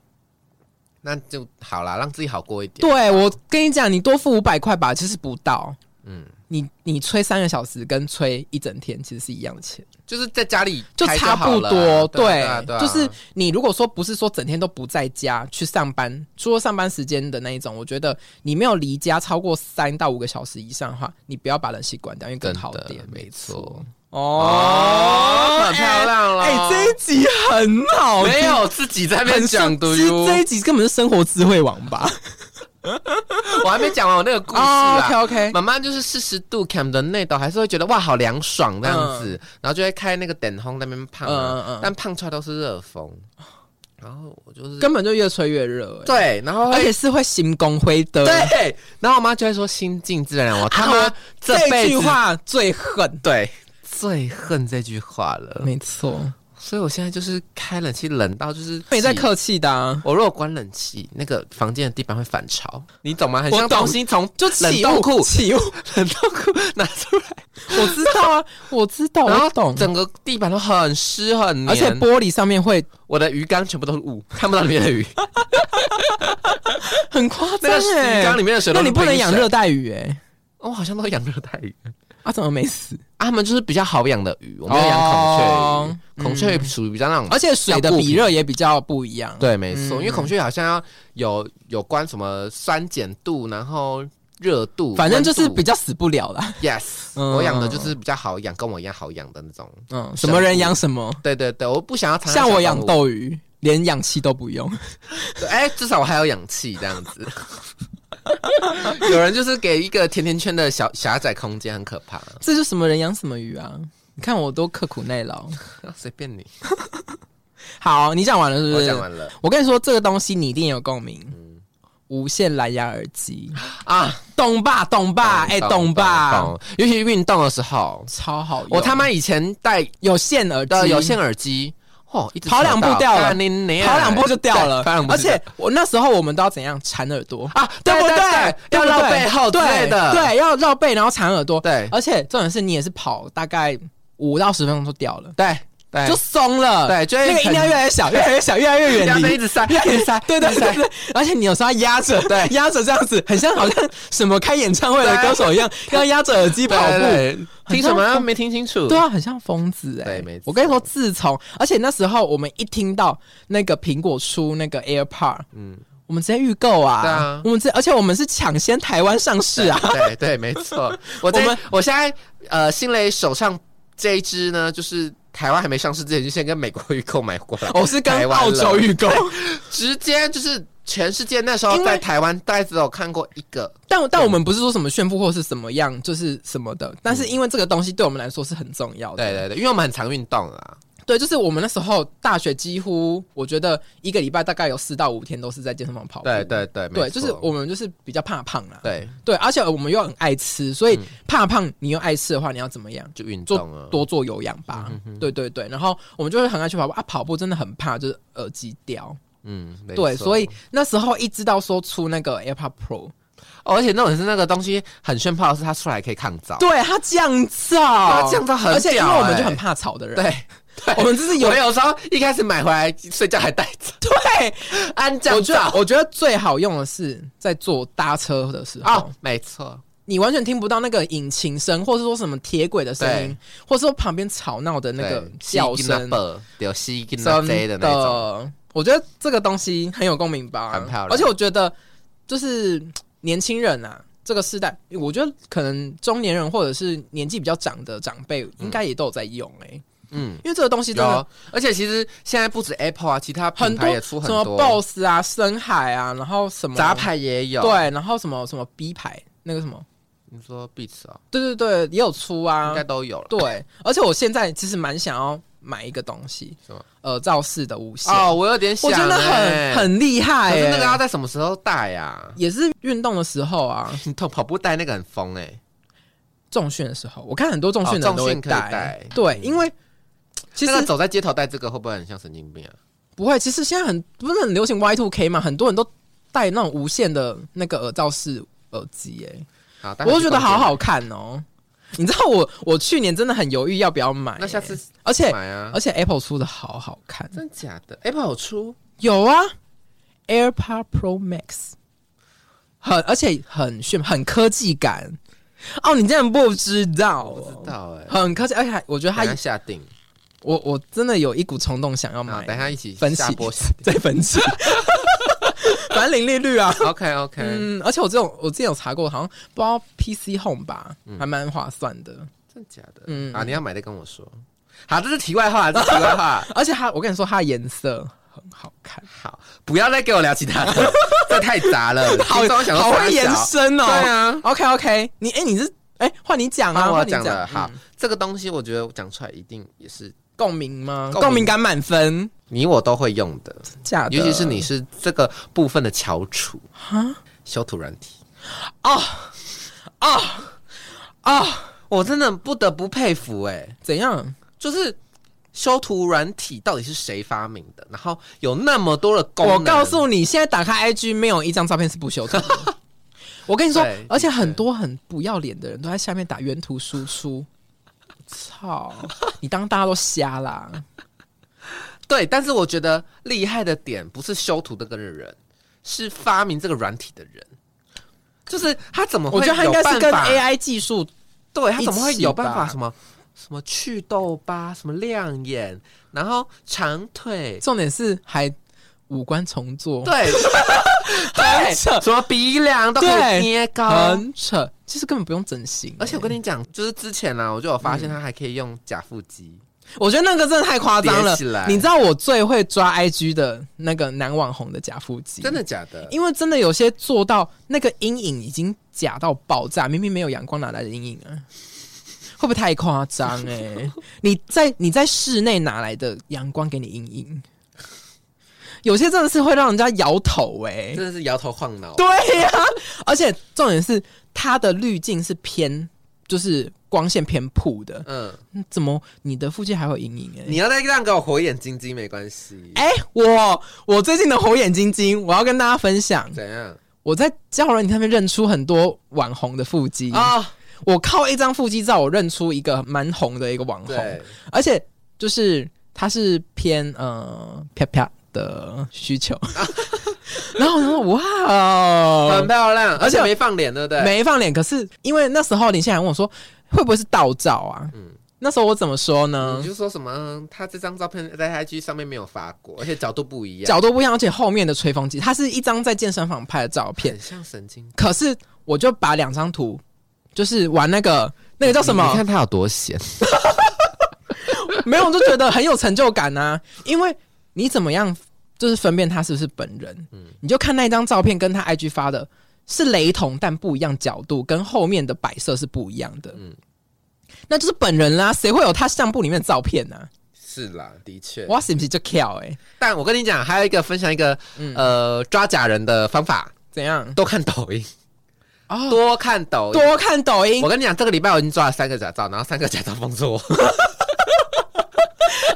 Speaker 2: 那就好啦，让自己好过一点。
Speaker 1: 对我跟你讲，你多付五百块吧，其实不到。
Speaker 2: 嗯，
Speaker 1: 你你吹三个小时跟吹一整天其实是一样的钱，
Speaker 2: 就是在家里
Speaker 1: 就
Speaker 2: 开
Speaker 1: 差
Speaker 2: 好
Speaker 1: 不
Speaker 2: 了
Speaker 1: 多。
Speaker 2: 对啊，对啊
Speaker 1: 就是你如果说不是说整天都不在家去上班，除了上班时间的那一种，我觉得你没有离家超过三到五个小时以上的话，你不要把冷气关掉，因为更
Speaker 2: 真
Speaker 1: 好
Speaker 2: 的
Speaker 1: 点。
Speaker 2: 没错。
Speaker 1: 哦，
Speaker 2: 很漂亮了。
Speaker 1: 哎、这一集很好，
Speaker 2: 没有自己在那边
Speaker 1: 很
Speaker 2: 讲
Speaker 1: 这
Speaker 2: 的哟，
Speaker 1: 这一集根本是生活智慧王吧？
Speaker 2: 我还没讲完我那个 故事啊啦。
Speaker 1: ，OK OK，
Speaker 2: 妈妈就是四十度 cam 的内斗，还是会觉得哇好凉爽这样子，然后就会开那个等烘在那边胖、啊，
Speaker 1: 嗯嗯嗯嗯
Speaker 2: 但胖出来都是热风， 然后我就是
Speaker 1: 根本就越吹越热、哎，
Speaker 2: 对，然后
Speaker 1: 而
Speaker 2: 会
Speaker 1: 且是会心功灰的。
Speaker 2: 对，然后我妈就会说心静自然凉，我他妈
Speaker 1: 啊
Speaker 2: 这辈
Speaker 1: 句
Speaker 2: 子
Speaker 1: 话最狠，
Speaker 2: 对最恨这句话了，
Speaker 1: 没错，
Speaker 2: 所以我现在就是开冷气冷到就是
Speaker 1: 没在
Speaker 2: 挤
Speaker 1: 客气的、啊。
Speaker 2: 我如果关冷气，那个房间的地板会反潮，你懂吗？很
Speaker 1: 我
Speaker 2: 像
Speaker 1: 懂
Speaker 2: 东西从
Speaker 1: 就
Speaker 2: 冷
Speaker 1: 起雾
Speaker 2: 冻库、
Speaker 1: 起雾，
Speaker 2: 冷冻库拿出来，
Speaker 1: 我知道啊， 我知道，
Speaker 2: 然
Speaker 1: 我
Speaker 2: 后
Speaker 1: 懂，
Speaker 2: 整个地板都很湿很黏，
Speaker 1: 而且玻璃上面会
Speaker 2: 我的鱼缸全部都是雾，看不到里面的鱼。
Speaker 1: 啊很夸
Speaker 2: 那
Speaker 1: 张
Speaker 2: 个
Speaker 1: 哎、
Speaker 2: 鱼缸里面的水都
Speaker 1: 那
Speaker 2: 是
Speaker 1: 你不能养
Speaker 2: 冰水
Speaker 1: 热，带鱼哎、
Speaker 2: 哦，我好像都养热带鱼。
Speaker 1: 啊怎么没死？
Speaker 2: 啊，他们就是比较好养的鱼，我没有养孔雀鱼，
Speaker 1: 哦
Speaker 2: 孔雀鱼属于比较那种，
Speaker 1: 而且水的
Speaker 2: 要固
Speaker 1: 比
Speaker 2: 体
Speaker 1: 热也比较不一样。
Speaker 2: 对，没错，
Speaker 1: 嗯
Speaker 2: 因为孔雀鱼好像要有有关什么酸碱度，然后热度，
Speaker 1: 反正就是
Speaker 2: 温
Speaker 1: 比
Speaker 2: 度
Speaker 1: 较死不了啦。
Speaker 2: yes，、
Speaker 1: 嗯
Speaker 2: 我养的就是比较好养，跟我一样好养的那种。
Speaker 1: 嗯，什么人养什么，
Speaker 2: 对对对，我不想要常常
Speaker 1: 像我
Speaker 2: 想
Speaker 1: 养
Speaker 2: 动物，
Speaker 1: 斗鱼，连氧气都不用。
Speaker 2: 对哎、至少我还有氧气这样子。 有人就是给一个甜甜圈的小狭窄空间，很可怕。
Speaker 1: 这是什么人养什么鱼啊？你看我都刻苦耐劳。
Speaker 2: 随便你，
Speaker 1: 好，你讲完了是不
Speaker 2: 我
Speaker 1: 是？
Speaker 2: 讲完了
Speaker 1: 我跟你说，这个东西你一定有共
Speaker 2: 嗯
Speaker 1: 鸣。无线蓝牙耳机，
Speaker 2: 啊，
Speaker 1: 懂吧？懂吧？哎，懂吧？
Speaker 2: 懂，尤其运动的时候，
Speaker 1: 超好用。
Speaker 2: 我他妈以前戴
Speaker 1: 有线耳
Speaker 2: 的
Speaker 1: 机，
Speaker 2: 有线耳机，哦，一直
Speaker 1: 跑两步掉了
Speaker 2: 干你娘
Speaker 1: 跑两步就掉了
Speaker 2: 对跑两，步
Speaker 1: 而
Speaker 2: 就掉了，
Speaker 1: 且我那时候我们都要怎样缠耳朵
Speaker 2: 啊，
Speaker 1: 对不
Speaker 2: 对
Speaker 1: 对？对
Speaker 2: 要
Speaker 1: 不
Speaker 2: 绕
Speaker 1: 对
Speaker 2: 背后之类的，
Speaker 1: 对，对要绕背，然后缠耳朵，
Speaker 2: 对
Speaker 1: 而且重点是你也是跑大概五到十分钟就掉了，
Speaker 2: 对对，
Speaker 1: 就松了，
Speaker 2: 对就会
Speaker 1: 那个音量越来越小，越来越小，越来越
Speaker 2: 这
Speaker 1: 远
Speaker 2: 样子
Speaker 1: 离
Speaker 2: 一。直塞，
Speaker 1: 越来越塞，对对对对，而且你有时候要压着，
Speaker 2: 对
Speaker 1: 压着这样子，很像好像什么开演唱 会的歌手一样，要压着耳机跑
Speaker 2: 对
Speaker 1: 步，
Speaker 2: 对听什么没听清楚？
Speaker 1: 对啊，很像疯子哎、
Speaker 2: 对没错
Speaker 1: 我跟你说，自从而且那时候我们一听到那个苹果出那个 AirPod，嗯
Speaker 2: 嗯，
Speaker 1: 我们直接预购啊，
Speaker 2: 对啊
Speaker 1: 我们直而且我们是抢先台湾上市啊，
Speaker 2: 对对，没错。我
Speaker 1: 我
Speaker 2: 这
Speaker 1: 们
Speaker 2: 我现在呃，新蕾手上这一支呢，就是台湾还没上市之前，就先跟美国预购买过来。
Speaker 1: 我哦是
Speaker 2: 台
Speaker 1: 跟
Speaker 2: 湾
Speaker 1: 澳洲
Speaker 2: 了
Speaker 1: 预购，
Speaker 2: 直接就是全世界那时候
Speaker 1: 因为
Speaker 2: 在台湾大概只有看过一个，
Speaker 1: 但但我们不是说什么炫富或是什么样，就是什么的，但是因为这个东西对我们来说是很重要的，
Speaker 2: 哦对对对，因为我们很常运动啊，
Speaker 1: 对，就是我们那时候大学几乎我觉得一个礼拜大概有四到五天都是在健身房跑步，
Speaker 2: 对对哦对，没
Speaker 1: 对，就是
Speaker 2: 错
Speaker 1: 我们就是比较怕胖啦，
Speaker 2: 对嗯
Speaker 1: 对，而且我们又很爱吃，所以怕胖你又爱吃的话，你要怎么样？
Speaker 2: 就运
Speaker 1: 做
Speaker 2: 动啊，
Speaker 1: 多做有氧吧，
Speaker 2: 嗯
Speaker 1: 对对对，然后我们就会很爱去跑步啊，跑步真的很怕就是耳机掉，
Speaker 2: 嗯，没
Speaker 1: 对，
Speaker 2: 错
Speaker 1: 所以那时候一知道说出那个 AirPod Pro，
Speaker 2: 哦，而且那种是那个东西很炫炮，是它出来可以抗噪。
Speaker 1: 对它降噪，
Speaker 2: 它降噪很
Speaker 1: 而且因为
Speaker 2: 屌
Speaker 1: 我们就
Speaker 2: 欸
Speaker 1: 很怕吵的 人，
Speaker 2: 对，对
Speaker 1: 我们就是有
Speaker 2: 我有时候一开始买回来睡觉还带 着
Speaker 1: 对，
Speaker 2: 安哦降
Speaker 1: 我觉
Speaker 2: 噪
Speaker 1: 得我觉得最好用的是在坐搭车的时候，
Speaker 2: 啊，没错，
Speaker 1: 你完全听不到那个引擎声，或是说什么铁轨的声音，或是说旁边吵闹的那个
Speaker 2: 对
Speaker 1: 叫
Speaker 2: 吸金
Speaker 1: 声
Speaker 2: 那，本有吸金那
Speaker 1: 真
Speaker 2: 杯的那种，
Speaker 1: 我觉得这个东西很有共鸣吧，
Speaker 2: 很漂亮
Speaker 1: 而且我觉得就是嗯年轻人啊，这个时代，我觉得可能中年人或者是年纪比较长的长辈，应该也都有在用哎、
Speaker 2: 嗯。
Speaker 1: 因为这个东西真的
Speaker 2: 有，而且其实现在不止 Apple 啊，其他
Speaker 1: 很
Speaker 2: 品
Speaker 1: 多
Speaker 2: 牌也出很
Speaker 1: 什么
Speaker 2: 多
Speaker 1: BOSS 啊、深海啊，然后什么
Speaker 2: 杂牌也有。，
Speaker 1: 对，然后什么什么 B 牌那个什么，
Speaker 2: 你说 Beats 啊，
Speaker 1: 对对对，也有出啊
Speaker 2: 应该，都有了。
Speaker 1: 对，而且我现在其实蛮想要买一个东西
Speaker 2: 什么，
Speaker 1: 耳罩式的无线，
Speaker 2: 哦，我有点想
Speaker 1: 我
Speaker 2: 欸，
Speaker 1: 真的很很厉害、
Speaker 2: 可
Speaker 1: 欸，
Speaker 2: 是那个要在什么时候戴 呀？
Speaker 1: 也是运动的时候啊，
Speaker 2: 你跑跑步戴那个很疯哎，
Speaker 1: 重训的时候，我看很多重训的人
Speaker 2: 哦
Speaker 1: 都会
Speaker 2: 重训可以
Speaker 1: 戴，
Speaker 2: 戴
Speaker 1: 对，因为其实
Speaker 2: 那个走在街头戴这个会不会很像神经病啊？
Speaker 1: 不会，其实现在很不是很流行 Y two K 嘛，很多人都戴那种无线的那个耳罩式耳机、欸，
Speaker 2: 啊好，
Speaker 1: 哎，
Speaker 2: 戴
Speaker 1: 我
Speaker 2: 回
Speaker 1: 就
Speaker 2: 去
Speaker 1: 觉得
Speaker 2: 逛街
Speaker 1: 好。好看哦。你知道我我去年真的很犹豫要不要买、
Speaker 2: 那下
Speaker 1: 欸
Speaker 2: 次
Speaker 1: 而且
Speaker 2: 买啊
Speaker 1: 而，且 Apple 出的好好看，
Speaker 2: 真假的？Apple 有出
Speaker 1: 有啊，AirPod Pro Max，很而且很炫，很科技感。哦，你竟然不知道
Speaker 2: 我
Speaker 1: 哦、
Speaker 2: 不知道 哎，
Speaker 1: 很科技，而且还我觉得它
Speaker 2: 等一下，下定，
Speaker 1: 我我真的有一股冲动想要
Speaker 2: 好，
Speaker 1: 买，
Speaker 2: 等一下一起
Speaker 1: 分
Speaker 2: 下
Speaker 1: 析
Speaker 2: 播 下
Speaker 1: 再分期， 反正零利 率啊。
Speaker 2: 定。OK OK，
Speaker 1: 嗯，而且我这种我之前有查过，好像不知道 PC Home 吧，
Speaker 2: 嗯
Speaker 1: 还蛮划算的。
Speaker 2: 真假的？
Speaker 1: 嗯
Speaker 2: 嗯啊，你要买的跟我说。好，这是题外话，这是题外 话。
Speaker 1: 而且它，我跟你说，它的颜色很好看，
Speaker 2: 好，不要再给我聊其他 的，这太杂了。
Speaker 1: 好
Speaker 2: 听众想说
Speaker 1: 好
Speaker 2: 傻
Speaker 1: 会延
Speaker 2: 小
Speaker 1: 伸哦。
Speaker 2: 对啊。
Speaker 1: OK OK，你哎、你是哎，换、你讲啊，
Speaker 2: 好，我要
Speaker 1: 换你
Speaker 2: 讲了。好
Speaker 1: 嗯，
Speaker 2: 这个东西我觉得我讲出来一定也是
Speaker 1: 共鸣吗？
Speaker 2: 共鸣
Speaker 1: 共鸣感满分，
Speaker 2: 你我都会用的，
Speaker 1: 假的，
Speaker 2: 尤其是你是这个部分的翘楚修图软体
Speaker 1: 啊、
Speaker 2: 我真的不得不佩服哎、
Speaker 1: 怎样？
Speaker 2: 就是修图软体到底是谁发明的？然后有那么多的功能，
Speaker 1: 我告诉你，现在打开 IG 没有一张照片是不修图 的。我跟你说
Speaker 2: 对，
Speaker 1: 而且很多很不要脸的人都在下面打原图输出。 操！你当大家都瞎啦？
Speaker 2: 对，但是我觉得厉害的点不是修图这个人，是发明这个软体的人。就是他怎么会
Speaker 1: 我觉得他应
Speaker 2: 有
Speaker 1: 该是
Speaker 2: 办
Speaker 1: 跟
Speaker 2: 法
Speaker 1: AI 技术
Speaker 2: 对他怎么
Speaker 1: 一
Speaker 2: 会
Speaker 1: 起
Speaker 2: 有办
Speaker 1: 吧
Speaker 2: 法什么什么祛痘疤、什么亮眼，然后长腿，
Speaker 1: 重点是还五官重 做，
Speaker 2: 对，
Speaker 1: 很扯
Speaker 2: 对， 什么鼻梁都可
Speaker 1: 对
Speaker 2: 以捏高。
Speaker 1: 很扯。其实根本不用整形欸、
Speaker 2: 而且我跟你讲，就是之前呢、啊，我就有发现他还可以用假腹肌，
Speaker 1: 我觉得那个真的太夸张了
Speaker 2: 叠起来。
Speaker 1: 你知道我最会抓 IG 的那个男网红的假腹肌，
Speaker 2: 真的，假的？
Speaker 1: 因为真的有些做到那个阴影已经假到爆炸，明明没有阳光哪来的阴影啊？会不会太夸张哎？你在你在室内哪来的阳光给你阴影？有些真的是会让人家摇头哎、
Speaker 2: 真的是摇头晃脑。
Speaker 1: 对呀、而且重点是它的滤镜是偏，就是光线偏曝的，
Speaker 2: 嗯，
Speaker 1: 嗯怎么你的附近还会有阴影、欸？
Speaker 2: 你要再让给我火眼金睛没关系。
Speaker 1: 哎、我我最近的火眼金睛，我要跟大家分享，
Speaker 2: 怎样
Speaker 1: 我在交友软件上面认出很多网红的腹肌
Speaker 2: 啊、
Speaker 1: 我靠一张腹肌照，我认出一个蛮红的一个网红，
Speaker 2: 对，
Speaker 1: 而且就是他是偏呃啪啪的 需求，然后我说哇
Speaker 2: 很
Speaker 1: 哦，
Speaker 2: 漂亮，嗯而
Speaker 1: 而且
Speaker 2: 且没放脸，对不对？，
Speaker 1: 没放脸，可是因为那时候林信还问我说会不会是盗照啊？
Speaker 2: 嗯
Speaker 1: 那时候我怎么说呢？
Speaker 2: 你就说什么？嗯他这张照片在 IG 上面没有发过，而且角度不一样，
Speaker 1: 角度不一样，而且后面的吹风机，它是一张在健身房拍的照片
Speaker 2: 很，像神经
Speaker 1: 可是我就把两张图，就是玩那个那个叫什么，
Speaker 2: 他有多闲，
Speaker 1: 没有我就觉得很有成就感啊，因为你怎么样就是分辨他是不是本人，
Speaker 2: 嗯
Speaker 1: 你就看那张照片跟他 IG 发的是雷同，但不一样角度跟后面的摆设是不一样的，
Speaker 2: 嗯
Speaker 1: 那就是本人啦，谁会有他相簿里面的照片呢、啊？
Speaker 2: 是啦，的确。
Speaker 1: 哇，是不是就跳哎、欸？
Speaker 2: 但我跟你讲，还有一个分享一个、
Speaker 1: 嗯
Speaker 2: 呃抓假人的方法，
Speaker 1: 怎样？
Speaker 2: 多看抖音，
Speaker 1: 哦
Speaker 2: 多看抖音。
Speaker 1: 多看抖音
Speaker 2: 我，跟你讲，这个礼拜我已经抓了三个假照，然后三个假照封住我。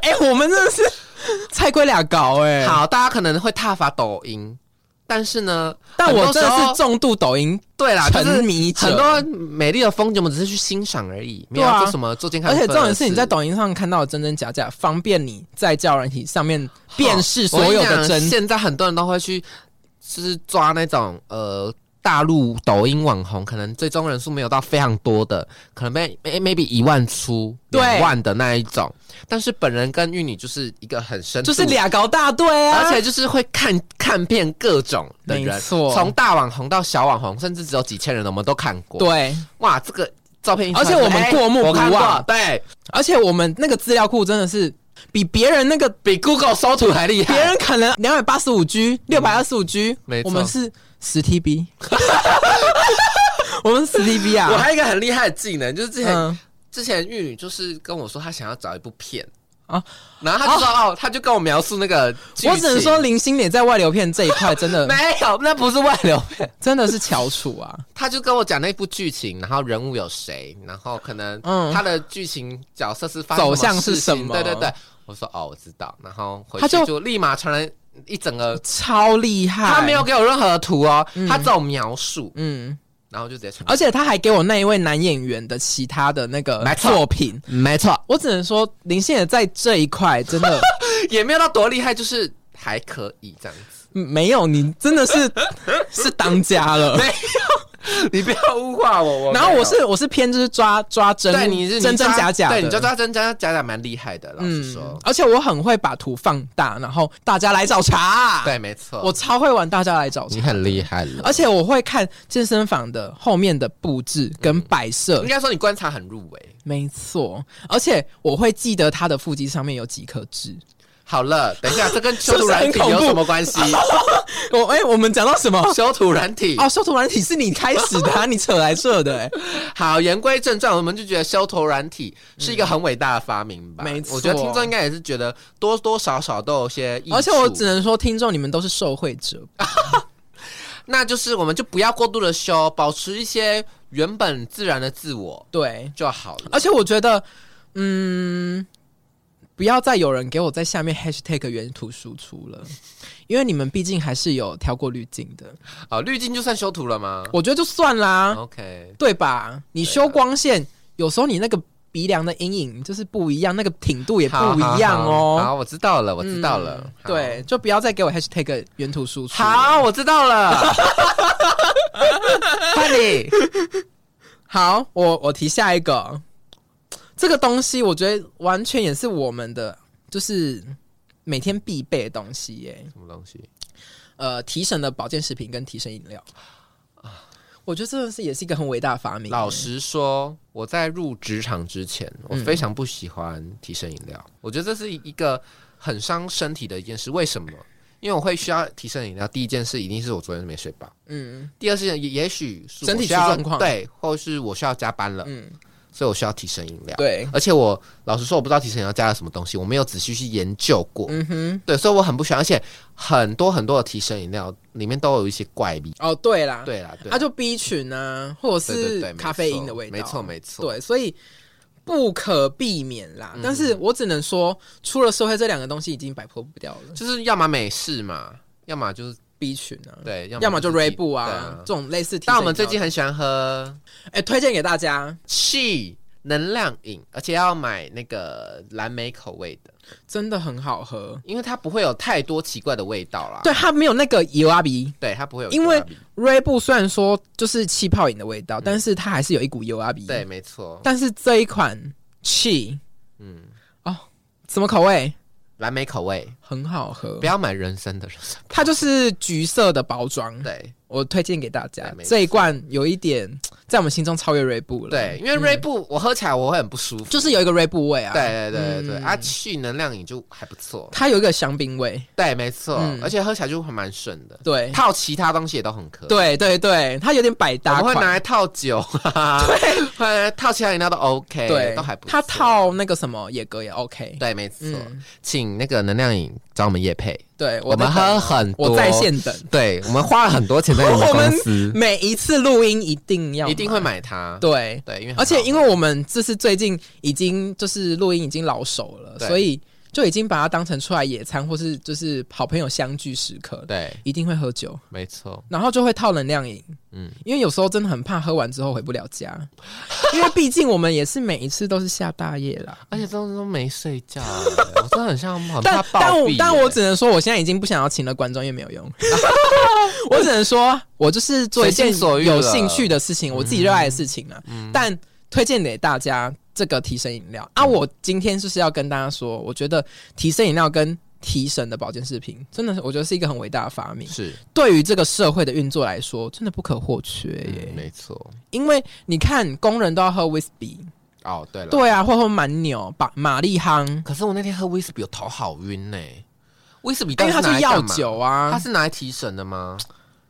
Speaker 1: 哎、我们真的是 菜龟俩搞哎、
Speaker 2: 好，大家可能会踏伐抖音，但是呢，
Speaker 1: 但我
Speaker 2: 很多
Speaker 1: 真的
Speaker 2: 时
Speaker 1: 是
Speaker 2: 候
Speaker 1: 重度抖音
Speaker 2: 对啦，就
Speaker 1: 沉
Speaker 2: 是
Speaker 1: 迷者，
Speaker 2: 很多美丽的风景，我们只是去欣赏而已，没有
Speaker 1: 对啊
Speaker 2: 要做什么做健康。
Speaker 1: 而且重点是你在抖音上看到的真真假假，方便你在教人体上面辨识所有的
Speaker 2: 我跟
Speaker 1: 真
Speaker 2: 你讲。现在很多人都会去，就是抓那种呃大陆抖音网红，可能最终人数没有到非常多的，可能 may maybe 一万出
Speaker 1: 对
Speaker 2: 两万的那一种，但是本人跟玉女就是一个很深度，
Speaker 1: 就是俩搞大队啊！
Speaker 2: 而且就是会看看遍各种的
Speaker 1: 没
Speaker 2: 人，
Speaker 1: 错
Speaker 2: 从大网红到小网红，甚至只有几千人的，我们都看过。，
Speaker 1: 对，
Speaker 2: 哇，这个照片一出来，
Speaker 1: 而且我们
Speaker 2: 哎
Speaker 1: 过目
Speaker 2: 我看
Speaker 1: 不
Speaker 2: 过
Speaker 1: 忘
Speaker 2: 对
Speaker 1: 而且我们那个资料库真的是比别人那个
Speaker 2: 比 Google 搜图还厉害。
Speaker 1: 别人可能两百八十五 G、六百二十五 G，
Speaker 2: 没错
Speaker 1: 我们是 十 TB，我们是十 TB
Speaker 2: 我
Speaker 1: 啊。
Speaker 2: 还有一个很厉害的技能，就是之前、
Speaker 1: 嗯，
Speaker 2: 之前玉女就是跟我说她想要找一部片啊
Speaker 1: 啊，
Speaker 2: 然后她就说哦，她就跟我描述那个剧情，
Speaker 1: 我只能说林心磊在外流片这一块真的
Speaker 2: 没有，那不是外流片。
Speaker 1: 真的是翘楚啊。
Speaker 2: 她就跟我讲那部剧情，然后人物有谁，然后可能
Speaker 1: 嗯
Speaker 2: 她的剧情角色是发生
Speaker 1: 走向是
Speaker 2: 什
Speaker 1: 什
Speaker 2: 么
Speaker 1: 么
Speaker 2: 事情？对对对，我说哦，我知道，然后回去
Speaker 1: 她就
Speaker 2: 就立马传了一整个，
Speaker 1: 超厉害，
Speaker 2: 她没有，给我任何图哦，
Speaker 1: 嗯
Speaker 2: 她只有描述，
Speaker 1: 嗯，
Speaker 2: 然后就直接传，
Speaker 1: 而且他还给我那一位男演员的其他的那个
Speaker 2: 没错
Speaker 1: 作品，
Speaker 2: 没错，
Speaker 1: 我只能说林心磊在这一块真的
Speaker 2: 也没有到多厉害，就是还可以这样子。
Speaker 1: 没有你，真的是 是当家 了。
Speaker 2: 没有， 你不要物化我。我
Speaker 1: 然后
Speaker 2: 没有
Speaker 1: 我是我是偏就是抓抓真，
Speaker 2: 对你是
Speaker 1: 真真假假的，嗯
Speaker 2: 对你抓抓真真假假蛮厉害的，老实说，
Speaker 1: 而且我很会把图放大，然后大家来找茬。，
Speaker 2: 对，没错，
Speaker 1: 我超会玩大家来找茬，
Speaker 2: 很厉害了。
Speaker 1: 而且我会看健身房的后面的布置跟摆设，
Speaker 2: 应该说你观察很入围。
Speaker 1: 没错。而且我会记得他的腹肌上面有几颗痣。
Speaker 2: 好了，等一下，这跟
Speaker 1: 是
Speaker 2: 修
Speaker 1: 不
Speaker 2: 图
Speaker 1: 是
Speaker 2: 软
Speaker 1: 很
Speaker 2: 体
Speaker 1: 恐
Speaker 2: 有
Speaker 1: 怖
Speaker 2: 什么关 系？
Speaker 1: 我哎、我们讲到什么？
Speaker 2: 修图软体。
Speaker 1: 哦，修图软体是你开始的、啊，你扯来扯的、哎，
Speaker 2: 好，言归正传，我们就觉得修图软体是一个很伟大的发明吧。
Speaker 1: 没错
Speaker 2: 我觉得听众应该也是觉得多多少少都有些益处。
Speaker 1: 而且我只能说，听众你们都是受惠者，
Speaker 2: 那就是我们就不要过度的修，保持一些原本自然的自我
Speaker 1: 对。
Speaker 2: 就好了。
Speaker 1: 而且我觉得，嗯，不要再有人给我在下面 hashtag 原图输出了，因为你们毕竟还是有调过滤镜的。
Speaker 2: 哦，滤镜就算修图了吗
Speaker 1: 我觉得就算啦，
Speaker 2: ？OK，
Speaker 1: 对吧？你
Speaker 2: 对啊
Speaker 1: 修光线，有时候你那个鼻梁的阴影就是不一样，那个挺度也不
Speaker 2: 好
Speaker 1: 一样
Speaker 2: 好好
Speaker 1: 哦。
Speaker 2: 好，我知道了，我
Speaker 1: 嗯
Speaker 2: 知道了。好
Speaker 1: 对，，就不要再给我 hashtag 原图输出。
Speaker 2: 好，我知道 了。换你，
Speaker 1: 好，我我提下一个，这个东西我觉得完全也是我们的，就是每天必备的东西耶。
Speaker 2: 什么东西？
Speaker 1: 呃，提神的保健食品跟提神饮料我觉得这是也是一个很伟大的发明。
Speaker 2: 老，实说，我在入职场之前，我
Speaker 1: 嗯
Speaker 2: 非常不喜欢提神饮料，我觉得这是一个很伤身体的一件事。为什么？因为我会需要提神饮料，第一件事一定是我昨天没睡饱，
Speaker 1: 嗯
Speaker 2: 第二事情也也许是我
Speaker 1: 身体
Speaker 2: 需要
Speaker 1: 出状况
Speaker 2: 对，或是我需要加班了，
Speaker 1: 嗯，
Speaker 2: 所以我需要提神饮料。
Speaker 1: 对，
Speaker 2: 而且我老实说，我不知道提神饮料加了什么东西，我没有仔细去研究过。
Speaker 1: 嗯哼，
Speaker 2: 对，所以我很不喜欢，而且很多很多的提神饮料里面都有一些怪味。
Speaker 1: 哦，对啦，，
Speaker 2: 对啦，对
Speaker 1: 它、
Speaker 2: 啦，
Speaker 1: 就 B 群啊，或者
Speaker 2: 对对
Speaker 1: 是
Speaker 2: 对没
Speaker 1: 咖啡因的
Speaker 2: 错
Speaker 1: 味道，
Speaker 2: 没错没错。，嗯
Speaker 1: 对，所以不可避免啦。但是我只能说，出了社会，这两个东西已经摆脱不掉了。
Speaker 2: 就是要么美式嘛，要么就是
Speaker 1: B 群啊，
Speaker 2: 对，
Speaker 1: 要么就 r e
Speaker 2: b
Speaker 1: b 啊，
Speaker 2: 啊
Speaker 1: 这。种类似提神饮料。
Speaker 2: 但我们最近很喜欢喝
Speaker 1: 哎、推荐给大家，
Speaker 2: 气能量饮，而且要买那个蓝莓口味的，
Speaker 1: 真的很好喝。
Speaker 2: 因为它不会有太多奇怪的味道啦。
Speaker 1: 对，它没有那个油啊阿鼻。
Speaker 2: 对，它不会有
Speaker 1: 因为
Speaker 2: 怪味
Speaker 1: r e b 虽然说就是气泡饮的味道，但是它还是有一股油阿鼻。
Speaker 2: 嗯对，，没错，
Speaker 1: 但是这一款 Chi
Speaker 2: 嗯，
Speaker 1: 什么口味
Speaker 2: 蓝莓口味
Speaker 1: 很好喝
Speaker 2: 不，要买人参的人参。
Speaker 1: 它就是橘色的包装，
Speaker 2: 对
Speaker 1: 我推荐给大家
Speaker 2: 对没。错
Speaker 1: 这一罐有一点在我们心中超越 r e b 了，
Speaker 2: 对，因为瑞布我喝起来我会很不舒服。
Speaker 1: 就是有一个 r e b 味啊。
Speaker 2: 对对对对对，
Speaker 1: 嗯
Speaker 2: 啊，去能量饮就还不错，
Speaker 1: 它有一个香槟味，
Speaker 2: 对，没错，
Speaker 1: 嗯
Speaker 2: 而且喝起来就还蛮顺的，
Speaker 1: 对，
Speaker 2: 套其他东西也都很可以。，
Speaker 1: 对对对，它有点百
Speaker 2: 我
Speaker 1: 搭
Speaker 2: 们会
Speaker 1: 款，
Speaker 2: 拿来套 酒，对，会拿来套其他饮料都 OK，
Speaker 1: 对，
Speaker 2: 都还不错。
Speaker 1: 它套那个什么野格也 OK，
Speaker 2: 对，没错，
Speaker 1: 嗯
Speaker 2: 请那个能量饮找我们叶配，
Speaker 1: 对，
Speaker 2: 我们
Speaker 1: 在等
Speaker 2: 喝很多，
Speaker 1: 我在，线等，
Speaker 2: 对我们花了很多钱在你们
Speaker 1: 我们
Speaker 2: 公 司，
Speaker 1: 每一次录音一定要
Speaker 2: 嗯一定会买它，
Speaker 1: 对，
Speaker 2: 对，因为很
Speaker 1: 而且
Speaker 2: 好
Speaker 1: 因为我们这是最近已经就是录音已经老手了，
Speaker 2: 对
Speaker 1: 所以就已经把它当成出来野餐或是就是好朋友相聚时刻，
Speaker 2: 对，
Speaker 1: 一定会喝酒，
Speaker 2: 没错，
Speaker 1: 然后就会套能量饮。
Speaker 2: 嗯
Speaker 1: 嗯，因为有时候真的很怕喝完之后回不了家，因为毕竟我们也是每一次都是下大夜啦。
Speaker 2: 而且都都没睡觉欸、我真的很像很怕
Speaker 1: 但
Speaker 2: 暴
Speaker 1: 但我
Speaker 2: 毙欸。
Speaker 1: 但我只能说，我现在已经不想要请了观众，因为没 有用。我只能说，我就是做一
Speaker 2: 随
Speaker 1: 件
Speaker 2: 心所欲
Speaker 1: 有
Speaker 2: 了嗯
Speaker 1: 兴趣的事情，我自己热爱的事情啊。但推荐给大家这个提神饮料啊，我今天就是要跟大家说，我觉得提神饮料跟提神的保健食品，真的是我觉得是一个很伟大的发明，
Speaker 2: 是、
Speaker 1: 对于这个社会的运作来说，真的不可或缺耶。
Speaker 2: 嗯、没错。
Speaker 1: 因为你看，工人都要喝 whisky，
Speaker 2: 哦，对了，。
Speaker 1: 对啊，或喝蛮牛、把马力夯，
Speaker 2: 可是我那天喝威士比，我头好晕呢、威士比
Speaker 1: 因
Speaker 2: 到
Speaker 1: 为
Speaker 2: 底
Speaker 1: 它
Speaker 2: 拿
Speaker 1: 是
Speaker 2: 来
Speaker 1: 药
Speaker 2: 干嘛，
Speaker 1: 酒啊，
Speaker 2: 它是拿来提神的吗？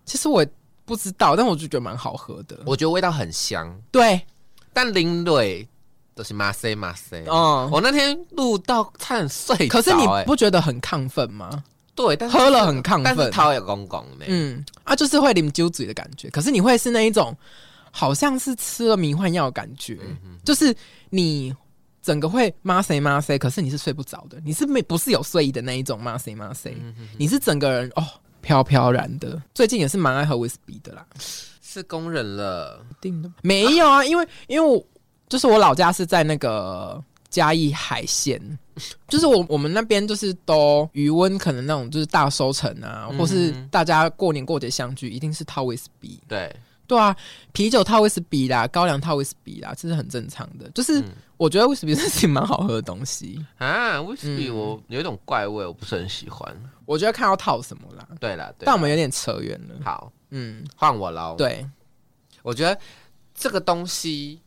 Speaker 1: 其实我也不知道，但我就觉得蛮好喝的。
Speaker 2: 我觉得味道很香，
Speaker 1: 对，
Speaker 2: 但林蕊都是马塞马塞。
Speaker 1: 嗯，
Speaker 2: 我那天录到差点睡着欸、
Speaker 1: 可是你不觉得很亢奋吗？
Speaker 2: 对，但是
Speaker 1: 喝了很亢
Speaker 2: 但是
Speaker 1: 奋，
Speaker 2: 头也公公呢。
Speaker 1: 嗯，啊，就是会啉酒嘴的感觉。可是你会是那一种，好像是吃了迷幻药的感觉，就是你整个会麻塞麻塞，可是你是睡不着的，你是没不是有睡意的那一种麻塞麻塞，你是整个人哦飘飘然的。最近也是蛮爱喝威士忌的啦，
Speaker 2: 是工人了，
Speaker 1: 一定的没有啊，因为因为我就是我老家是在那个嘉义海鲜，就是我我们那边就是都余温可能那种就是大收成啊，
Speaker 2: 嗯
Speaker 1: 或是大家过年过节相聚，一定是套威士忌。
Speaker 2: 对，
Speaker 1: 对啊，啤酒套威士忌啦，高粱套威士忌啦，这是很正常的。就是我觉得威士忌是挺蛮好喝的东西，
Speaker 2: 啊，威士
Speaker 1: 嗯
Speaker 2: 忌我有一种怪味，我不是很喜欢。
Speaker 1: 我觉得看要套什么啦。
Speaker 2: 对啦，对啦啊
Speaker 1: 但我们有点扯远了。
Speaker 2: 好
Speaker 1: 嗯，
Speaker 2: 换我喽。，
Speaker 1: 对，
Speaker 2: 我觉得这个东西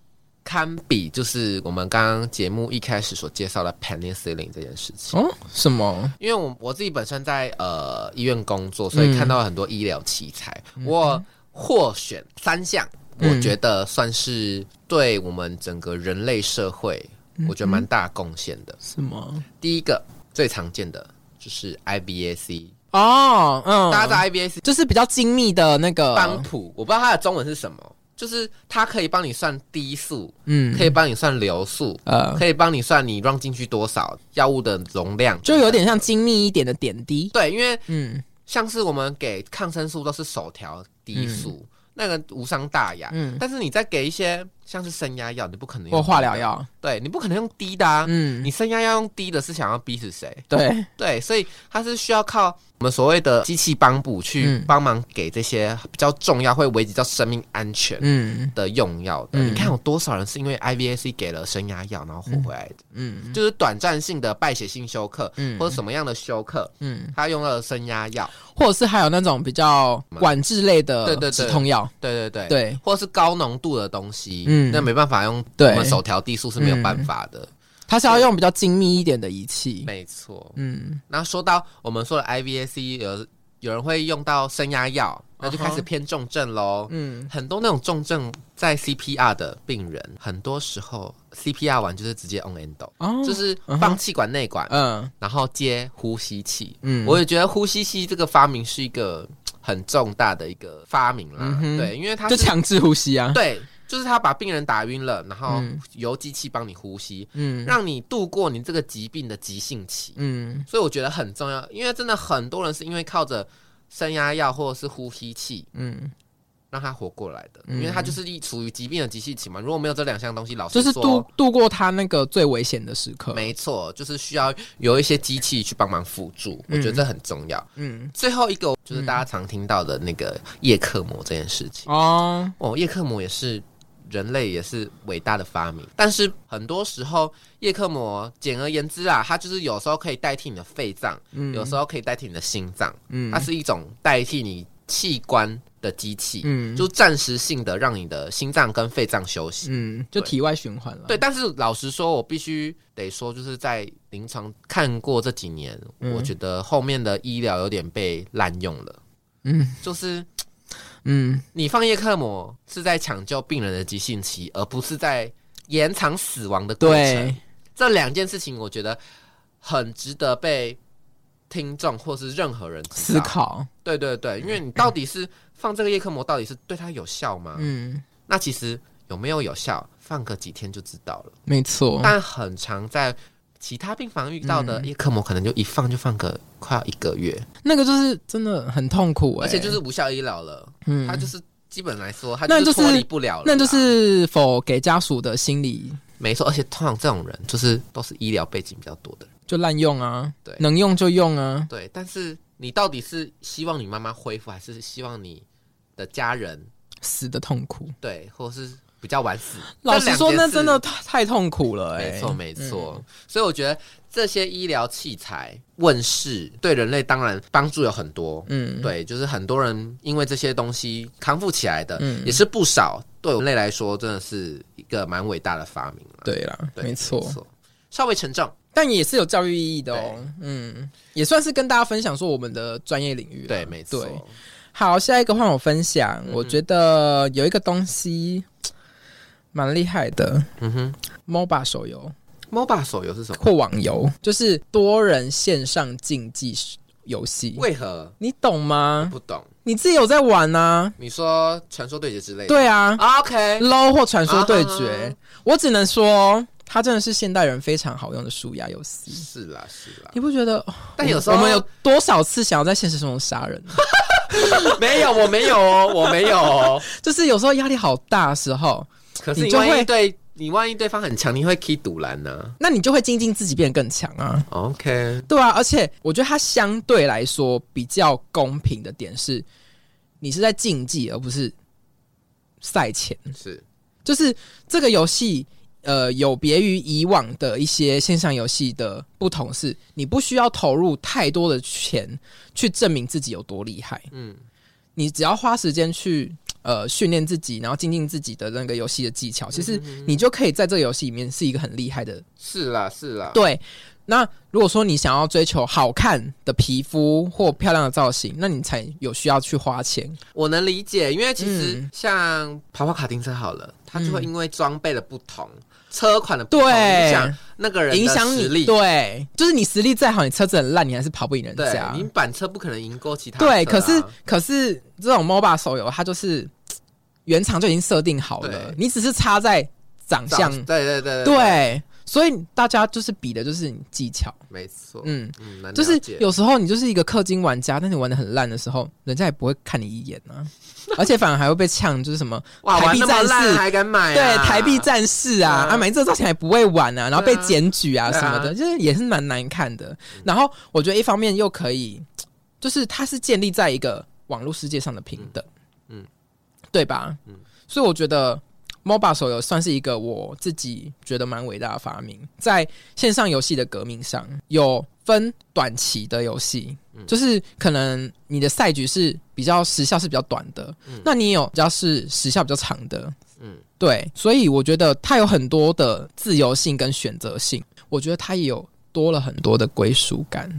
Speaker 2: 堪比就是我们刚刚节目一开始所介绍的 penicillin 这件事情。
Speaker 1: 哦，什么？
Speaker 2: 因为我我自己本身在呃医院工作，所以
Speaker 1: 嗯
Speaker 2: 看到很多医疗器材，我获选三项，
Speaker 1: 嗯
Speaker 2: 我觉得算是对我们整个人类社会，
Speaker 1: 嗯
Speaker 2: 我觉得蛮大贡献的。
Speaker 1: 什么？
Speaker 2: 第一个最常见的就是 IBAC，、
Speaker 1: 哦，嗯，
Speaker 2: 大家在 IBAC
Speaker 1: 就是比较精密的那个
Speaker 2: 帮谱，我不知道它的中文是什么，就是它可以帮你算滴速，
Speaker 1: 嗯，
Speaker 2: 可以帮你算流速，
Speaker 1: 呃，
Speaker 2: 可以帮你算你让进去多少药物的容量，
Speaker 1: 就有点像精密一点的点滴。
Speaker 2: 对，因为
Speaker 1: 嗯
Speaker 2: 像是我们给抗生素都是手调滴速，那个无伤大雅。
Speaker 1: 嗯，
Speaker 2: 但是你再给一些像是升压药，你不可能用
Speaker 1: 或化疗，药。
Speaker 2: 对你不可能用滴的啊。
Speaker 1: 嗯，
Speaker 2: 你升压药用滴的是想要逼死谁？
Speaker 1: 对，
Speaker 2: 对，所以它是需要靠我们所谓的机器帮补去
Speaker 1: 嗯
Speaker 2: 帮忙给这些比较重要会危及到生命安全
Speaker 1: 嗯
Speaker 2: 的用药的。
Speaker 1: 嗯
Speaker 2: 你看有多少人是因为 IVAC 给了升压药然后活回来的？
Speaker 1: 嗯
Speaker 2: 就是短暂性的败血性休克，
Speaker 1: 嗯
Speaker 2: 或者什么样的休克，
Speaker 1: 嗯，
Speaker 2: 他用了升压药。
Speaker 1: 或者是还有那种比较管制类
Speaker 2: 对对
Speaker 1: 的
Speaker 2: 对
Speaker 1: 止痛药。
Speaker 2: 对对对。
Speaker 1: 对，
Speaker 2: 或是高浓度的东西，嗯
Speaker 1: 嗯，
Speaker 2: 那没办法用我
Speaker 1: 对
Speaker 2: 们手调滴速是没有办法的，
Speaker 1: 它是要用比较精密一点的仪器。
Speaker 2: 没错。
Speaker 1: 嗯，
Speaker 2: 然后说到我们说的 IVAC，有有人会用到升压药，那就
Speaker 1: 啊哈
Speaker 2: 开始偏重症喽。
Speaker 1: 嗯，
Speaker 2: 很多那种重症在 CPR 的病人，很多时候 CPR 完就是直接 on endo，、
Speaker 1: 哦，
Speaker 2: 就是
Speaker 1: 嗯哼
Speaker 2: 放气管内管，
Speaker 1: 嗯
Speaker 2: 然后接呼吸器。
Speaker 1: 嗯，
Speaker 2: 我也觉得呼吸器这个发明是一个嘖很重大的一个发明啦，
Speaker 1: 嗯哼
Speaker 2: 对，因为它
Speaker 1: 就是强制呼吸啊。
Speaker 2: 对，就是他把病人打晕了，然后
Speaker 1: 嗯
Speaker 2: 由机器帮你呼吸，
Speaker 1: 嗯
Speaker 2: 让你度过你这个疾病的急性期。
Speaker 1: 嗯
Speaker 2: 所以我觉得很重要，因为真的很多人是因为靠着升压药或者是呼吸器
Speaker 1: 嗯，
Speaker 2: 让他活过来的，
Speaker 1: 嗯
Speaker 2: 因为他就是一处于疾病的急性期嘛。如果没有这两项东西，老
Speaker 1: 就
Speaker 2: 实
Speaker 1: 是
Speaker 2: 说，
Speaker 1: 度度过它那个最危险的时刻。
Speaker 2: 没错，就是需要有一些机器去帮忙辅助，我
Speaker 1: 嗯
Speaker 2: 觉得这很重要。
Speaker 1: 嗯，
Speaker 2: 最后一个就是大家常听到的那个叶克膜这件事情。
Speaker 1: 哦，
Speaker 2: 哦，叶克膜也是人类也是伟大的发明，但是很多时候叶克膜，简而言之啊，它就是有时候可以代替你的肺脏，
Speaker 1: 嗯
Speaker 2: 有时候可以代替你的心脏，
Speaker 1: 嗯
Speaker 2: 它是一种代替你器官的机器，
Speaker 1: 嗯
Speaker 2: 就暂时性的让你的心脏跟肺脏休息。
Speaker 1: 嗯，就体外循环了。
Speaker 2: 对，，但是老实说，我必须得说，就是在临床看过这几年，
Speaker 1: 嗯
Speaker 2: 我觉得后面的医疗有点被滥用了，
Speaker 1: 嗯
Speaker 2: 就是
Speaker 1: 嗯
Speaker 2: 你放叶克膜是在抢救病人的急性期，而不是在延长死亡的过
Speaker 1: 对
Speaker 2: 程。，这两件事情，我觉得很值得被听众或是任何人知
Speaker 1: 思
Speaker 2: 道。
Speaker 1: 考。
Speaker 2: 对对对，因为你到底是放这个叶克膜，到底是对它有效吗？
Speaker 1: 嗯，
Speaker 2: 那
Speaker 1: 嗯
Speaker 2: 其实有没有有效，放个几天就知道了。
Speaker 1: 没错。
Speaker 2: 但很常在其他病房遇到的叶克膜可能就一放就放个快要一个月，
Speaker 1: 那个就是真的很痛苦、欸，
Speaker 2: 而且就是无效医疗了，
Speaker 1: 嗯
Speaker 2: 他就是基本来说，他
Speaker 1: 那就是
Speaker 2: 是脱离不了了啦
Speaker 1: 那就是否给家属的心理
Speaker 2: 没错，而且通常这种人就是都是医疗背景比较多的人，
Speaker 1: 就滥用啊，
Speaker 2: 对
Speaker 1: 能用就用啊，
Speaker 2: 对。但是你到底是希望你妈妈恢复，还是希望你的家人
Speaker 1: 死的痛苦。
Speaker 2: 对，或者是比较晚死？
Speaker 1: 老实说，
Speaker 2: 这
Speaker 1: 那
Speaker 2: 两件事
Speaker 1: 真的太太痛苦了、欸，
Speaker 2: 没错，没错。所以我觉得这些医疗器材问世对人类当然帮助有很多，
Speaker 1: 嗯，
Speaker 2: 对，就是很多人因为这些东西康复起来的，
Speaker 1: 嗯
Speaker 2: 也是不少。对人类来说，真的是一个蛮伟大的发明了。
Speaker 1: 对啦，
Speaker 2: 对，
Speaker 1: 没错，
Speaker 2: 稍微沉重，
Speaker 1: 但也是有教育意义的哦，嗯，也算是跟大家分享说我们的专业领域啦，
Speaker 2: 对，没错。嗯
Speaker 1: 对好，下一个换我分享。我觉得有一个东西蛮厉害的
Speaker 2: 嗯哼
Speaker 1: ，MOBA 手游
Speaker 2: ，MOBA 手游是什么？
Speaker 1: 或网游，就是多人线上竞技游戏。
Speaker 2: 为何
Speaker 1: 你懂吗？
Speaker 2: 不懂？
Speaker 1: 你自己有在玩啊？
Speaker 2: 你说传说对决之类的？
Speaker 1: 对啊
Speaker 2: 啊，OK，
Speaker 1: ，LO 或传说对
Speaker 2: 啊
Speaker 1: 决我只能说它真的是现代人非常好用的舒压游戏。
Speaker 2: 是啦是啦
Speaker 1: 你，不觉得？哦
Speaker 2: 但有时候
Speaker 1: 我们有多少次想要在现实中杀人？
Speaker 2: 没有，我没有哦，我没有 哦。
Speaker 1: 就是有时候压力好大的时候，
Speaker 2: 可是
Speaker 1: 你
Speaker 2: 你
Speaker 1: 就
Speaker 2: 万
Speaker 1: 会
Speaker 2: 一对你万一对方很强，你会 key 堵拦啊呢
Speaker 1: 那你就会精进自己变得更强啊。
Speaker 2: ？OK，
Speaker 1: 对啊，而且我觉得它相对来说比较公平的点是，你是在竞技而不是赛前，
Speaker 2: 是
Speaker 1: 就是这个游戏。呃，有别于以往的一些线上游戏的不同是，你不需要投入太多的钱去证明自己有多厉害，
Speaker 2: 嗯，
Speaker 1: 你只要花时间去呃训练自己，然后精进自己的那个游戏的技巧，其实你就可以在这个游戏里面是一个很厉害的
Speaker 2: 是啦是啦，
Speaker 1: 对，那如果说你想要追求好看的皮肤或漂亮的造型，那你才有需要去花钱。
Speaker 2: 我能理解，因为其实
Speaker 1: 嗯
Speaker 2: 像跑跑卡丁车好了，它就会因为装备的不同、车款的不同
Speaker 1: 对
Speaker 2: 影响那个人的
Speaker 1: 影响
Speaker 2: 实
Speaker 1: 你，
Speaker 2: 力。
Speaker 1: 对，就是你实力再好，你车子很烂，你还是跑不赢人
Speaker 2: 对
Speaker 1: 家
Speaker 2: 你。板车不可能赢过其他车啊、
Speaker 1: 对，可是可是这种 MOBA 手游，它就是嘖原厂就已经设定好了
Speaker 2: 对，
Speaker 1: 你只是差在长
Speaker 2: 早
Speaker 1: 相。
Speaker 2: 对对对
Speaker 1: 对，所以大家就是比的就是你技巧。
Speaker 2: 没错，嗯
Speaker 1: 嗯，
Speaker 2: 嗯，能
Speaker 1: 就是
Speaker 2: 了解
Speaker 1: 有时候你就是一个氪金玩家，但你玩的很烂的时候，人家也不会看你一眼 啊，而且反而还会被呛，就是什么
Speaker 2: 哇，
Speaker 1: 台
Speaker 2: 玩
Speaker 1: 币
Speaker 2: 那么
Speaker 1: 战
Speaker 2: 烂
Speaker 1: 士，
Speaker 2: 还敢买、啊？
Speaker 1: 对台币战士啊，
Speaker 2: 对啊
Speaker 1: 啊买这造型还不会玩啊，然后被
Speaker 2: 对啊
Speaker 1: 检举啊
Speaker 2: 对
Speaker 1: 什
Speaker 2: 啊嗯
Speaker 1: 么的，就是也是蛮难看的。然后我觉得一方面又可以，就是它是建立在一个网络世界上的平等，
Speaker 2: 嗯
Speaker 1: 嗯
Speaker 2: 嗯，
Speaker 1: 对吧？
Speaker 2: 嗯
Speaker 1: 所以我觉得 MOBA 手游算是一个我自己觉得蛮伟大的发明，在线上游戏的革命上有分短期的游戏。
Speaker 2: 嗯
Speaker 1: 就是可能你的赛局是比较时效是比较短的，
Speaker 2: 嗯
Speaker 1: 那你也有比较是时效比较长的，
Speaker 2: 嗯，
Speaker 1: 对，所以我觉得它有很多的自由性跟选择性，我觉得它也有多了很多的归属感。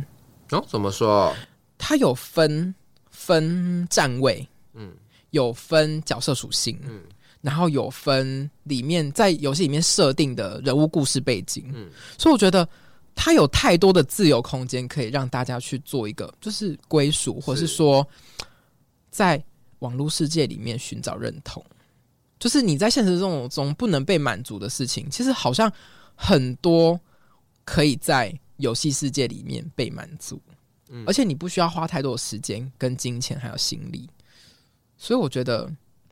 Speaker 2: 哦，怎么说？
Speaker 1: 它有分分站位，
Speaker 2: 嗯
Speaker 1: 有分角色属性，
Speaker 2: 嗯
Speaker 1: 然后有分里面在游戏里面设定的人物故事背景，
Speaker 2: 嗯，
Speaker 1: 所以我觉得。它有太多的自由空间，可以让大家去做一个就是归属，或是
Speaker 2: 是
Speaker 1: 说在网络世界里面寻找认同。就是你在现实生活中不能被满足的事情，其实好像很多可以在游戏世界里面被满足，
Speaker 2: 嗯
Speaker 1: 而且你不需要花太多的时间、跟金钱还有心力。所以我觉得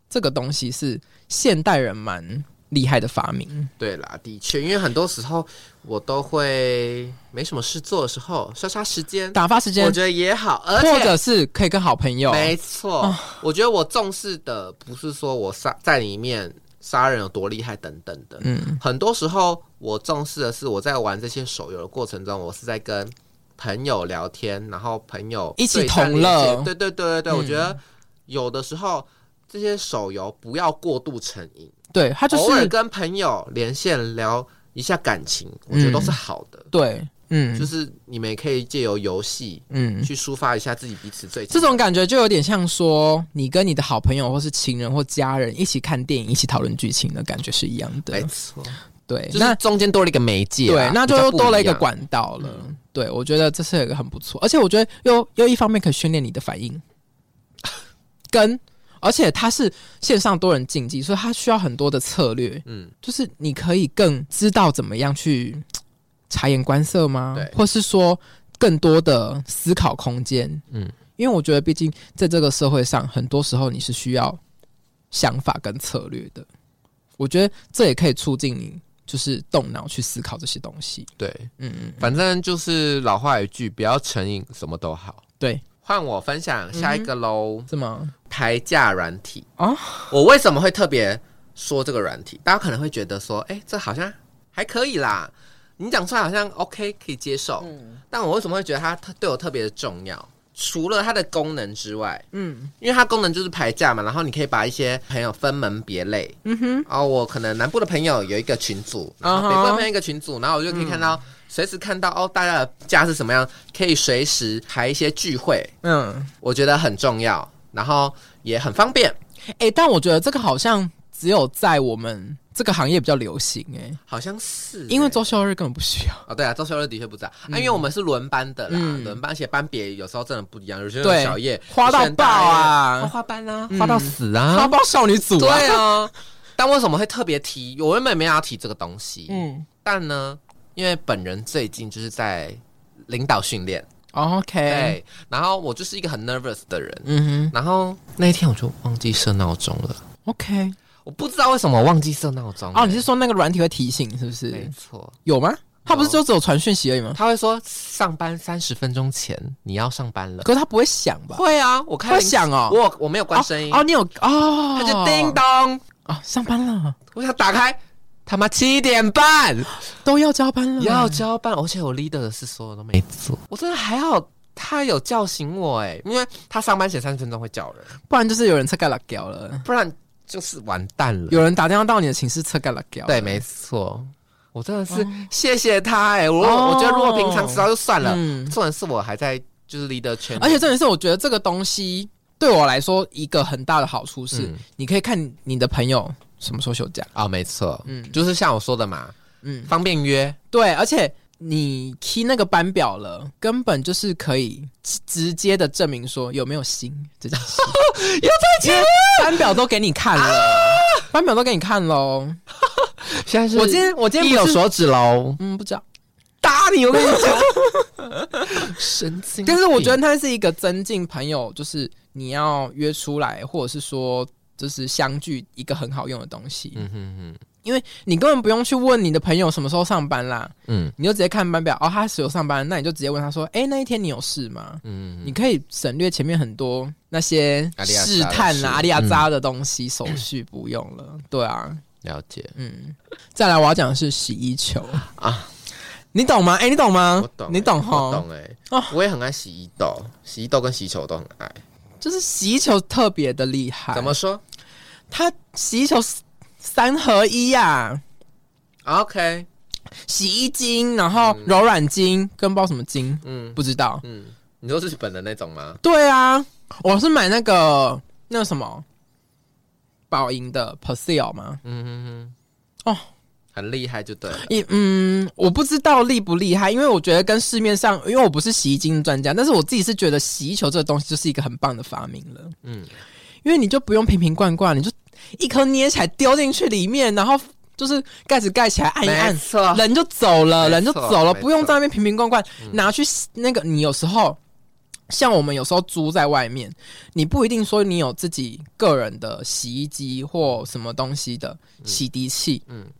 Speaker 1: 这个东西是现代人蛮厉害的发明。
Speaker 2: 对啦，的确，因为很多时候我都会没什么事做的时候，刷刷时间，
Speaker 1: 打发时间
Speaker 2: 我觉得也好，而且
Speaker 1: 或者哦是可以跟好朋友，
Speaker 2: 没错，我觉得我重视的不是说我杀在里面杀人有多厉害等等的，
Speaker 1: 嗯，
Speaker 2: 很多时候我重视的是我在玩这些手游的过程中，我是在跟朋友聊天，然后朋友
Speaker 1: 一起
Speaker 2: 对战
Speaker 1: 同
Speaker 2: 连线
Speaker 1: 乐
Speaker 2: 对对对对对，
Speaker 1: 嗯
Speaker 2: 我觉得有的时候这些手游不要过度成瘾，
Speaker 1: 对他就
Speaker 2: 偶尔
Speaker 1: 是
Speaker 2: 跟朋友连线聊一下感情，我觉得都是好的。
Speaker 1: 对，嗯，
Speaker 2: 就是你们也可以借由游戏
Speaker 1: 嗯，
Speaker 2: 去抒发一下自己彼此最
Speaker 1: 这种感觉就有点像说，你跟你的好朋友或是情人或家人一起看电影，一起讨论剧情的感觉是一样
Speaker 2: 没
Speaker 1: 的。
Speaker 2: 错。
Speaker 1: 对，
Speaker 2: 就是
Speaker 1: 那
Speaker 2: 中间多了一个媒介
Speaker 1: 对
Speaker 2: 啦，，
Speaker 1: 那
Speaker 2: 比
Speaker 1: 就
Speaker 2: 较
Speaker 1: 又
Speaker 2: 不
Speaker 1: 多了一个
Speaker 2: 样。嗯
Speaker 1: 管道了。对，我觉得这是一个很不错，而且我觉得又又一方面可以训练你的反应， 跟而且它是线上多人竞技，所以它需要很多的策略，
Speaker 2: 嗯，
Speaker 1: 就是你可以更知道怎么样去察言观色吗？
Speaker 2: 对
Speaker 1: 或是说更多的思考空间？
Speaker 2: 嗯
Speaker 1: 嗯，因为我觉得，毕竟在这个社会上，很多时候你是需要想法跟策略的。我觉得这也可以促进你就是动脑去思考这些东西。
Speaker 2: 对，
Speaker 1: 嗯嗯，
Speaker 2: 反正就是老话一句，不要成瘾，什么都好。
Speaker 1: 对，
Speaker 2: 换我分享下一个喽，
Speaker 1: 是吗？
Speaker 2: 排价软体
Speaker 1: 嗯哦
Speaker 2: 我为什么会特别说这个软体？大家可能会觉得说，哎、这好像还可以啦，你讲出来好像 OK 可以接受。
Speaker 1: 嗯
Speaker 2: 但我为什么会觉得它特对我特别的重要？除了它的功能之外，
Speaker 1: 嗯
Speaker 2: 因为它功能就是排价嘛，然后你可以把一些朋友分门别类。
Speaker 1: 嗯哼，
Speaker 2: 哦，我可能南部的朋友有一个群组，然后
Speaker 1: 啊哈
Speaker 2: 北部的朋友一个群组，然后我就可以看
Speaker 1: 嗯
Speaker 2: 到随时看到哦，大家的价是什么样，可以随时排一些聚会，
Speaker 1: 嗯，
Speaker 2: 我觉得很重要，然后也很方便。
Speaker 1: 哎、但我觉得这个好像只有在我们这个行业比较流行哎、
Speaker 2: 好像是欸、
Speaker 1: 因为周休二日根本不需要。
Speaker 2: 哦对啊，周休日的确不在、啊，因为我们是轮班的啦，
Speaker 1: 嗯
Speaker 2: 轮班，而且班别有时候真的不一样，有些人
Speaker 1: 对
Speaker 2: 小夜
Speaker 1: 花到
Speaker 2: 有
Speaker 1: 爆，
Speaker 2: 些人大夜花
Speaker 1: 啊！
Speaker 2: 花班啊，
Speaker 1: 嗯
Speaker 2: 花到死啊，
Speaker 1: 花爆少女组 啊！
Speaker 2: 对啊。但为什么会特别提？我原本没有要提这个东西，
Speaker 1: 嗯
Speaker 2: 但呢，因为本人最近就是在领导训练，
Speaker 1: 哦，OK，
Speaker 2: 对，然后我就是一个很 nervous 的人，
Speaker 1: 哎嗯
Speaker 2: 然后那一天我就忘记设闹钟了，
Speaker 1: 哼，OK。
Speaker 2: 我不知道为什么我忘记设闹钟
Speaker 1: 哦，
Speaker 2: 了
Speaker 1: 你是说那个软体会提醒是不
Speaker 2: 没
Speaker 1: 是？
Speaker 2: 错，
Speaker 1: 有吗？它不是就只有传讯息而已吗？
Speaker 2: 他会说上班三十分钟前你要上班了。
Speaker 1: 可是它不会响吧？
Speaker 2: 会啊，我
Speaker 1: 它
Speaker 2: 开
Speaker 1: 会
Speaker 2: 了铃
Speaker 1: 响哦。
Speaker 2: 我我没有关声音，
Speaker 1: 哦，你有哦，
Speaker 2: 它就叮咚，
Speaker 1: 哦，上班了，
Speaker 2: 我想打开，他妈七点半
Speaker 1: 都要交班了，
Speaker 2: 要交办，而且我 leader 的事所有都没做，我真的还好。他有叫醒我哎、因为他上班前三十分钟会叫人，
Speaker 1: 不然就是有人车盖了掉了，
Speaker 2: 不然就是完蛋了。
Speaker 1: 有人打电话到你的寝室车盖了掉。
Speaker 2: 对，没错，我真的是哦谢谢他哎、我、我
Speaker 1: 哦
Speaker 2: 觉得如果平常迟到就算了，
Speaker 1: 嗯
Speaker 2: 重点是我还在就是 leader 圈里，
Speaker 1: 而且重点是，我觉得这个东西对我来说一个很大的好处是
Speaker 2: 嗯，
Speaker 1: 你可以看你的朋友什么时候休假。
Speaker 2: 哦，没错，嗯，
Speaker 1: 嗯
Speaker 2: 就是像我说的嘛，
Speaker 1: 嗯，
Speaker 2: 方便约，
Speaker 1: 对，而且你 key 那个班表了，根本就是可以直直接的证明说有没有心这 件事。有在班表都给你看了，班表都给你看喽。
Speaker 2: 现在是
Speaker 1: 我今天我今天
Speaker 2: 意有
Speaker 1: 不是
Speaker 2: 所指喽，
Speaker 1: 嗯不知道，
Speaker 2: 打你！我跟你讲，神经病。
Speaker 1: 但是我觉得它是一个增进朋友，就是你要约出来，或者是说就是相聚一个很好用的东西。
Speaker 2: 嗯哼哼，
Speaker 1: 因为你根本不用去问你的朋友什么时候上班啦，
Speaker 2: 嗯
Speaker 1: 你就直接看班表，哦，他是有上班，那你就直接问他说，哎、那一天你有事吗？
Speaker 2: 嗯
Speaker 1: 你可以省略前面很多那些
Speaker 2: 阿里亚扎的
Speaker 1: 试探
Speaker 2: 事嗯
Speaker 1: 啊、阿利亚扎的东西，手续不用了。对啊，
Speaker 2: 了解，
Speaker 1: 嗯。再来，我要讲的是洗衣球
Speaker 2: 啊
Speaker 1: 啊，你懂吗？哎、你懂吗？
Speaker 2: 我懂，
Speaker 1: 你懂
Speaker 2: 我
Speaker 1: 哈？
Speaker 2: 懂哎
Speaker 1: 哦，
Speaker 2: 我也很爱洗衣豆，洗衣豆跟洗球都很爱。
Speaker 1: 就是洗衣球特别的厉害，
Speaker 2: 怎么？说
Speaker 1: 它洗衣球三合一呀、啊，
Speaker 2: ？OK，
Speaker 1: 洗衣精，然后柔软精跟包什么精，
Speaker 2: 嗯
Speaker 1: 不知道。
Speaker 2: 嗯，你说日本的那种吗？
Speaker 1: 对啊，我是买那个那个什么宝盈的 Persil 吗？
Speaker 2: 嗯哼哼，
Speaker 1: 哦，
Speaker 2: 很厉害就对了。
Speaker 1: 也嗯，我不知道厉不厉害，因为我觉得跟市面上，因为我不是洗衣精专家，但是我自己是觉得洗衣球这个东西就是一个很棒的发明了。
Speaker 2: 嗯
Speaker 1: 嗯，因为你就不用瓶瓶罐罐，你就一颗捏起来丢进去里面，然后就是盖子盖起来按一
Speaker 2: 没
Speaker 1: 按，
Speaker 2: 错，
Speaker 1: 人就走了，
Speaker 2: 没错
Speaker 1: 人就走
Speaker 2: 没
Speaker 1: 了，
Speaker 2: 错嗯
Speaker 1: 不用在那边瓶瓶罐罐拿去洗那个。你有时候像我们有时候租在外面，你不一定说你有自己个人的洗衣机或什么东西的洗涤器，
Speaker 2: 嗯
Speaker 1: 嗯，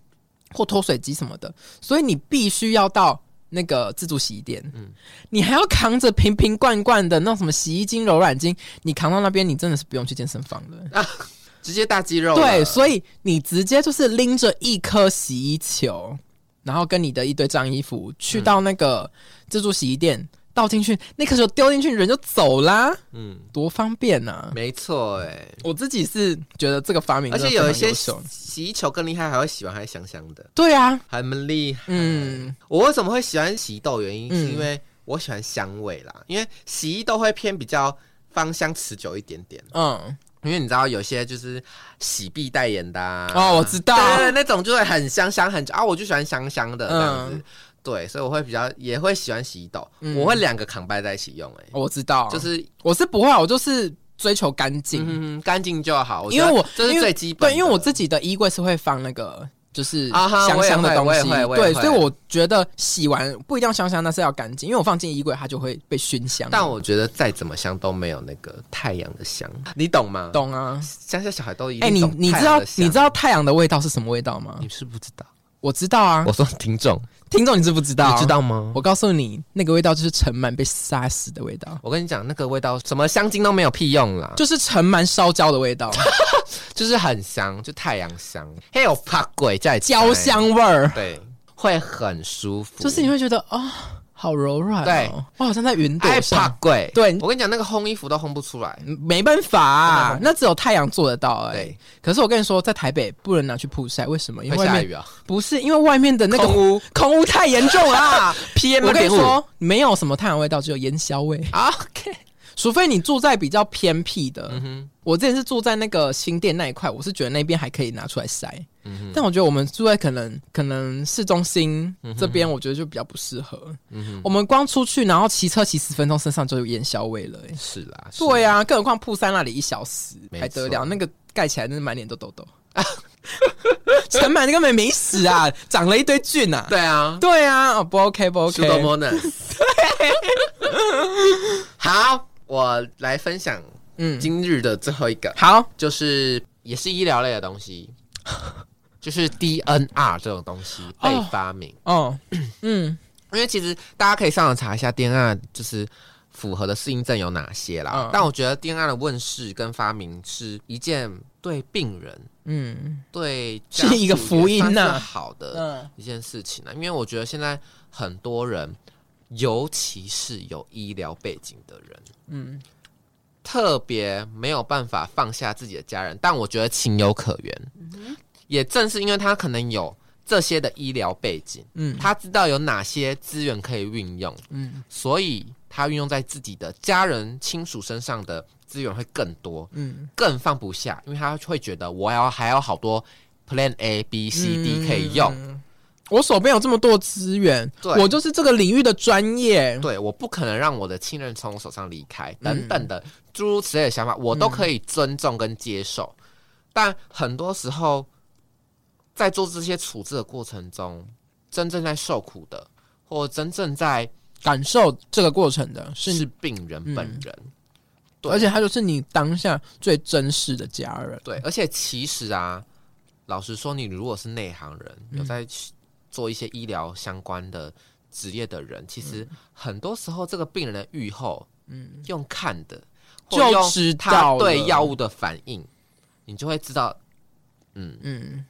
Speaker 1: 或脱水机什么的，所以你必须要到。那个自助洗衣店，
Speaker 2: 嗯
Speaker 1: 嗯，你还要扛着瓶瓶罐罐的那种什么洗衣精、柔软精，你扛到那边，你真的是不用去健身房了。
Speaker 2: 直接大肌肉了。
Speaker 1: 对，所以你直接就是拎着一颗洗衣球，然后跟你的一堆脏衣服去到那个
Speaker 2: 嗯
Speaker 1: 自助洗衣店倒进去，那颗球丢进去，人就走啦，
Speaker 2: 嗯，
Speaker 1: 多方便啊！
Speaker 2: 没错哎。
Speaker 1: 我自己是觉得这个发明
Speaker 2: 而
Speaker 1: 真的
Speaker 2: 且
Speaker 1: 非常
Speaker 2: 有
Speaker 1: 优秀，
Speaker 2: 一些洗衣球更厉害，还会洗完还香香的，
Speaker 1: 对啊，
Speaker 2: 很厉害。
Speaker 1: 嗯
Speaker 2: 我为什么会喜欢洗衣豆？原因
Speaker 1: 嗯
Speaker 2: 是因为我喜欢香味啦，因为洗衣豆会偏比较芳香持久一点点。
Speaker 1: 嗯，
Speaker 2: 因为你知道有些就是洗必代言的、啊、
Speaker 1: 哦我知道
Speaker 2: 对对对那种就会很香香很啊，我就喜欢香香的
Speaker 1: 嗯
Speaker 2: 这样子。对，所以我会比较也会喜欢洗衣豆，
Speaker 1: 嗯哦
Speaker 2: 我会两个扛掰在一起用、欸，哎、
Speaker 1: 我知道，
Speaker 2: 就是
Speaker 1: 我是不会，我就是追求干净。
Speaker 2: 嗯干净就好。
Speaker 1: 因
Speaker 2: 觉
Speaker 1: 为
Speaker 2: 得
Speaker 1: 我
Speaker 2: 这是
Speaker 1: 因为
Speaker 2: 最基本的
Speaker 1: 对，因为我自己的衣柜是会放那个就是
Speaker 2: 啊哈
Speaker 1: 香香的东
Speaker 2: 我也
Speaker 1: 西
Speaker 2: 会我也会我也
Speaker 1: 对，
Speaker 2: 会
Speaker 1: 所以我觉得洗完不一定要香香，但是要干净，因为我放进衣柜它就会被熏香。
Speaker 2: 但我觉得再怎么香都没有那个太阳的香，你懂吗？。
Speaker 1: 懂啊，
Speaker 2: 乡下小孩都一定
Speaker 1: 哎、你
Speaker 2: 懂
Speaker 1: 你
Speaker 2: 太
Speaker 1: 知
Speaker 2: 阳
Speaker 1: 道
Speaker 2: 的香
Speaker 1: 你知道太阳的味道是什么味道吗？
Speaker 2: 你是不知道，
Speaker 1: 我知道啊
Speaker 2: 我，说听 众，
Speaker 1: 听众你知不知道？
Speaker 2: 你知。道吗？
Speaker 1: 我告诉你，那个味道就是尘螨被杀死的味道，
Speaker 2: 我跟你讲，那个味道什么香精都没有屁用啦，
Speaker 1: 就是尘螨烧焦的味 道，
Speaker 2: 就是很香，就太阳香，还有怕鬼在
Speaker 1: 焦，香味儿，
Speaker 2: 对，会很舒服，
Speaker 1: 就是你会觉得哦，好柔软、哦。
Speaker 2: 对，
Speaker 1: 我好像在云朵
Speaker 2: 爱怕
Speaker 1: 上，
Speaker 2: 鬼。
Speaker 1: 对
Speaker 2: 我跟你讲，那个烘衣服都烘不出来，
Speaker 1: 没办法、
Speaker 2: 真的
Speaker 1: 啊
Speaker 2: 很，
Speaker 1: 那只有太阳做得到哎、
Speaker 2: 对，
Speaker 1: 可是我跟你说，在台北不能拿去曝晒，为什么？因为
Speaker 2: 会
Speaker 1: 外
Speaker 2: 下
Speaker 1: 面
Speaker 2: 雨啊，
Speaker 1: 不是因为外面的那个啊
Speaker 2: 空屋
Speaker 1: 空污太严重 啦。
Speaker 2: PM
Speaker 1: 我跟你
Speaker 2: 2.5
Speaker 1: 说，没有什么太阳味道，只有烟硝味。
Speaker 2: 啊，OK，
Speaker 1: 除非你住在比较偏僻的，
Speaker 2: 嗯哼，
Speaker 1: 我之前是住在那个新店那一块，我是觉得那边还可以拿出来晒。
Speaker 2: 嗯哼，
Speaker 1: 但我觉得我们住在可能可能市中心这边，我觉得就比较不适合。
Speaker 2: 嗯哼，
Speaker 1: 我们光出去，然后骑车骑十分钟，身上就有烟硝味了、欸。
Speaker 2: 是啦，是
Speaker 1: 对呀、啊，更何况铺山那里一小时
Speaker 2: 没
Speaker 1: 还得了？
Speaker 2: 错
Speaker 1: 那个盖起来真是满脸都痘痘 啊！陈满根本没死啊，长了一堆菌啊！
Speaker 2: 对啊
Speaker 1: 对啊，哦不 OK 不
Speaker 2: s u d o
Speaker 1: OK，
Speaker 2: m o n a s 好，我来分享
Speaker 1: 嗯，
Speaker 2: 今日的最后一个，
Speaker 1: 好，
Speaker 2: 就是也是医疗类的东 西，就是 DNR 这种东西被
Speaker 1: 哦
Speaker 2: 发明。
Speaker 1: 哦，嗯，
Speaker 2: 因为其实大家可以上网查一下 DNA 就是符合的适应症有哪些啦。
Speaker 1: 嗯
Speaker 2: 但我觉得 DNA 的问世跟发明是一件对病人、
Speaker 1: 嗯
Speaker 2: 对
Speaker 1: 是一个福音呐
Speaker 2: 呐、好的
Speaker 1: 嗯
Speaker 2: 一件事情啊。因为我觉得现在很多人，尤其是有医疗背景的人，
Speaker 1: 嗯，
Speaker 2: 特别没有办法放下自己的家人，但我觉得情有可原。也正是因为他可能有这些的医疗背景，
Speaker 1: 嗯
Speaker 2: 他知道有哪些资源可以运用，
Speaker 1: 嗯
Speaker 2: 所以他运用在自己的家人亲属身上的资源会更多，
Speaker 1: 嗯
Speaker 2: 更放不下，因为他会觉得我还要还有好多 Plan A、B、C、D 可以用，
Speaker 1: 嗯我手边有这么多资源，
Speaker 2: 对
Speaker 1: 我就是这个领域的专业。
Speaker 2: 对，我不可能让我的亲人从我手上离开，等等
Speaker 1: 嗯
Speaker 2: 的诸如此类的想法，我都可以尊重跟接受。但很多时候，在做这些处置的过程中，真正在受苦的，或真正在
Speaker 1: 感受这个过程的是嗯
Speaker 2: 是
Speaker 1: 你，
Speaker 2: 病人本人。对
Speaker 1: 而且他就是你当下最真实的家人。
Speaker 2: 对，而且其实啊，老实说，你如果是内行人，
Speaker 1: 嗯
Speaker 2: 有在去做一些医疗相关的职业的人，其
Speaker 1: 嗯
Speaker 2: 实很多时候这个病人的愈后，嗯，用看的，或
Speaker 1: 就
Speaker 2: 用
Speaker 1: 知
Speaker 2: 他
Speaker 1: 道
Speaker 2: 对
Speaker 1: 了
Speaker 2: 药物的反应，你就会知道，嗯，
Speaker 1: 嗯，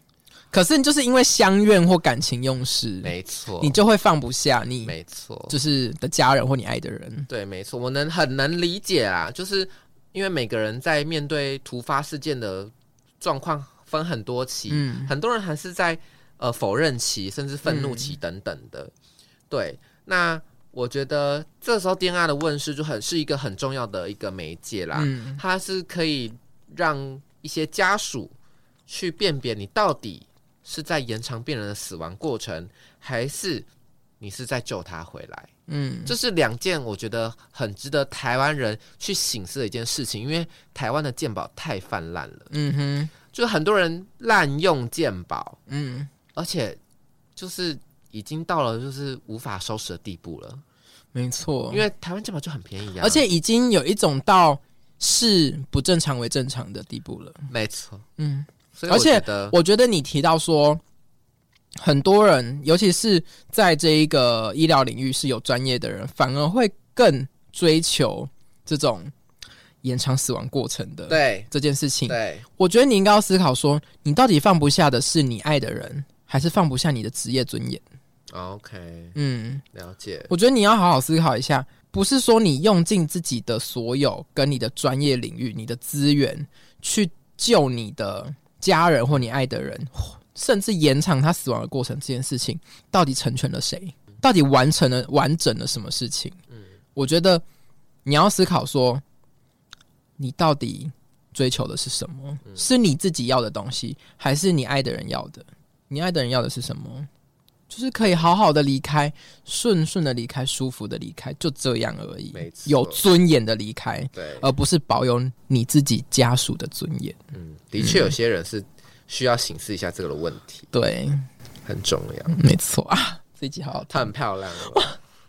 Speaker 1: 可是你就是因为相怨或感情用事，
Speaker 2: 没错，
Speaker 1: 嗯你就会放不下你
Speaker 2: 没错，
Speaker 1: 就是的家人或你爱的人。
Speaker 2: 对，没错，我能很能理解啦，就是因为每个人在面对突发事件的状况分很多期，
Speaker 1: 嗯
Speaker 2: 很多人还是在呃否认期，甚至愤怒期等等的。对，那我觉得这时候 DNA 的问世就很是一个很重要的一个媒介啦，
Speaker 1: 嗯
Speaker 2: 它是可以让一些家属去辨别你到底是在延长病人的死亡过程，还是你是在救他回来。
Speaker 1: 嗯，
Speaker 2: 这是两件我觉得很值得台湾人去醒思的一件事情，因为台湾的健保太泛滥了，
Speaker 1: 嗯哼，
Speaker 2: 就是很多人滥用健保，
Speaker 1: 嗯，
Speaker 2: 而且就是已经到了就是无法收拾的地步了，
Speaker 1: 没错
Speaker 2: 因。为台湾健保就很便宜啊，
Speaker 1: 哦而且已经有一种到视不正常为正常的地步了。
Speaker 2: 没错，
Speaker 1: 嗯，
Speaker 2: 所以我觉
Speaker 1: 而且
Speaker 2: 得
Speaker 1: 我觉得你提到说，很多人，尤其是在这一个医疗领域是有专业的人，反而会更追求这种延长死亡过程的
Speaker 2: 对
Speaker 1: 这件事情。
Speaker 2: 对
Speaker 1: 我觉得你应该要思考说，你到底放不下的是你爱的人，还是放不下你的职业尊严？
Speaker 2: ，OK，
Speaker 1: 嗯，
Speaker 2: 了解，
Speaker 1: 我觉得你要好好思考一下，不是说你用尽自己的所有跟你的专业领域、你的资源去救你的家人或你爱的人，甚至延长他死亡的过程，这件事情到底成全了谁？到底完成了完整了什么事情？我觉得你要思考说，你到底追求的是什么？是你自己要的东西，还是你爱的人要的？你爱的人要的是什么？就是可以好好的离开，顺顺的离开，舒服的离开，就这样而已
Speaker 2: 没。错
Speaker 1: 有尊严的离开，
Speaker 2: 对，
Speaker 1: 而不是保有你自己家属的尊严。
Speaker 2: 嗯，的确有些人是需要醒思一下这个的问题，
Speaker 1: 对，
Speaker 2: 很重要。
Speaker 1: 没错啊，这一集好好
Speaker 2: 她
Speaker 1: 看，
Speaker 2: 很漂亮哦。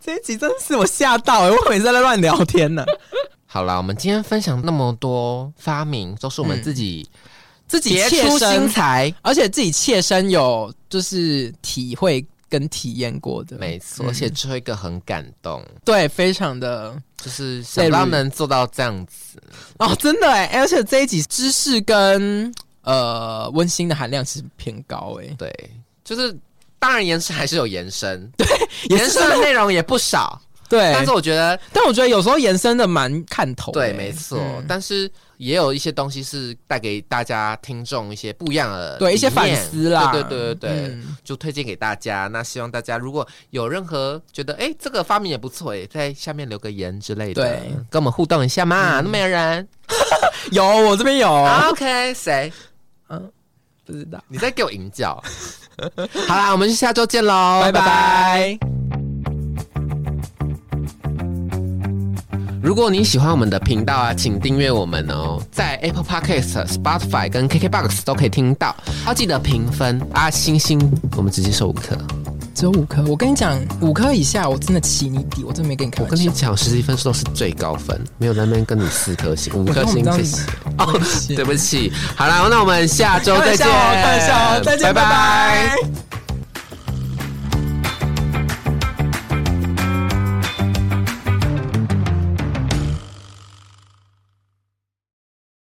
Speaker 1: 这一集真是我吓到、欸，我每次在乱聊天呢、
Speaker 2: 好啦，我们今天分享那么多发明，都是我们
Speaker 1: 嗯
Speaker 2: 自己
Speaker 1: 自己
Speaker 2: 别
Speaker 1: 切
Speaker 2: 出心
Speaker 1: 身，
Speaker 2: 裁。
Speaker 1: 而且自己切身有就是体会跟体验过的，
Speaker 2: 没错，而且最后一个很感动，
Speaker 1: 对，非常的
Speaker 2: 就是想不到
Speaker 1: 例如
Speaker 2: 能做到这样子。
Speaker 1: 哦，真的哎、而且这一集知识跟呃温馨的含量其实偏高哎、
Speaker 2: 对，就是当然延伸还是有延伸，
Speaker 1: 也
Speaker 2: 延
Speaker 1: 是
Speaker 2: 伸的内容也不少，
Speaker 1: 对，
Speaker 2: 但是我觉得
Speaker 1: 但我觉得有时候延伸的蛮看头的欸、
Speaker 2: 对，没错。
Speaker 1: 嗯
Speaker 2: 但是也有一些东西是带给大家听众一些不一样的
Speaker 1: 对一些
Speaker 2: 理念
Speaker 1: 反思啦，
Speaker 2: 对对对对对
Speaker 1: 嗯
Speaker 2: 就推荐给大家。那希望大家如果有任何觉得哎、诶这个发明也不错，也在下面留个言之类的，
Speaker 1: 对嗯
Speaker 2: 跟我们互动一下嘛。那没有人、
Speaker 1: 有我这边有，
Speaker 2: o k 谁？
Speaker 1: 不知道，
Speaker 2: 你在给我引 脚？好啦，我们下周见喽，
Speaker 1: 拜
Speaker 2: 拜拜
Speaker 1: 拜。
Speaker 2: 如果你喜欢我们的频道啊，请订阅我们哦，在 Apple Podcast、Spotify 跟 KKBox 都可以听到。要记得评分啊，星星，我们直接收五颗。
Speaker 1: 只有五颗，我跟你讲，五颗以下我真的起你底，我真的没跟你开
Speaker 2: 我
Speaker 1: 玩
Speaker 2: 跟你
Speaker 1: 笑。
Speaker 2: 讲，实际分数都是最高分，没有在那边跟你四颗星、五颗星，
Speaker 1: 我跟
Speaker 2: 谢
Speaker 1: 我们
Speaker 2: 谢。
Speaker 1: 这 样
Speaker 2: 哦，对不起。好啦，那我们下周
Speaker 1: 开
Speaker 2: 再见，
Speaker 1: 玩笑哦，开玩笑哦，再见，
Speaker 2: 拜
Speaker 1: 拜拜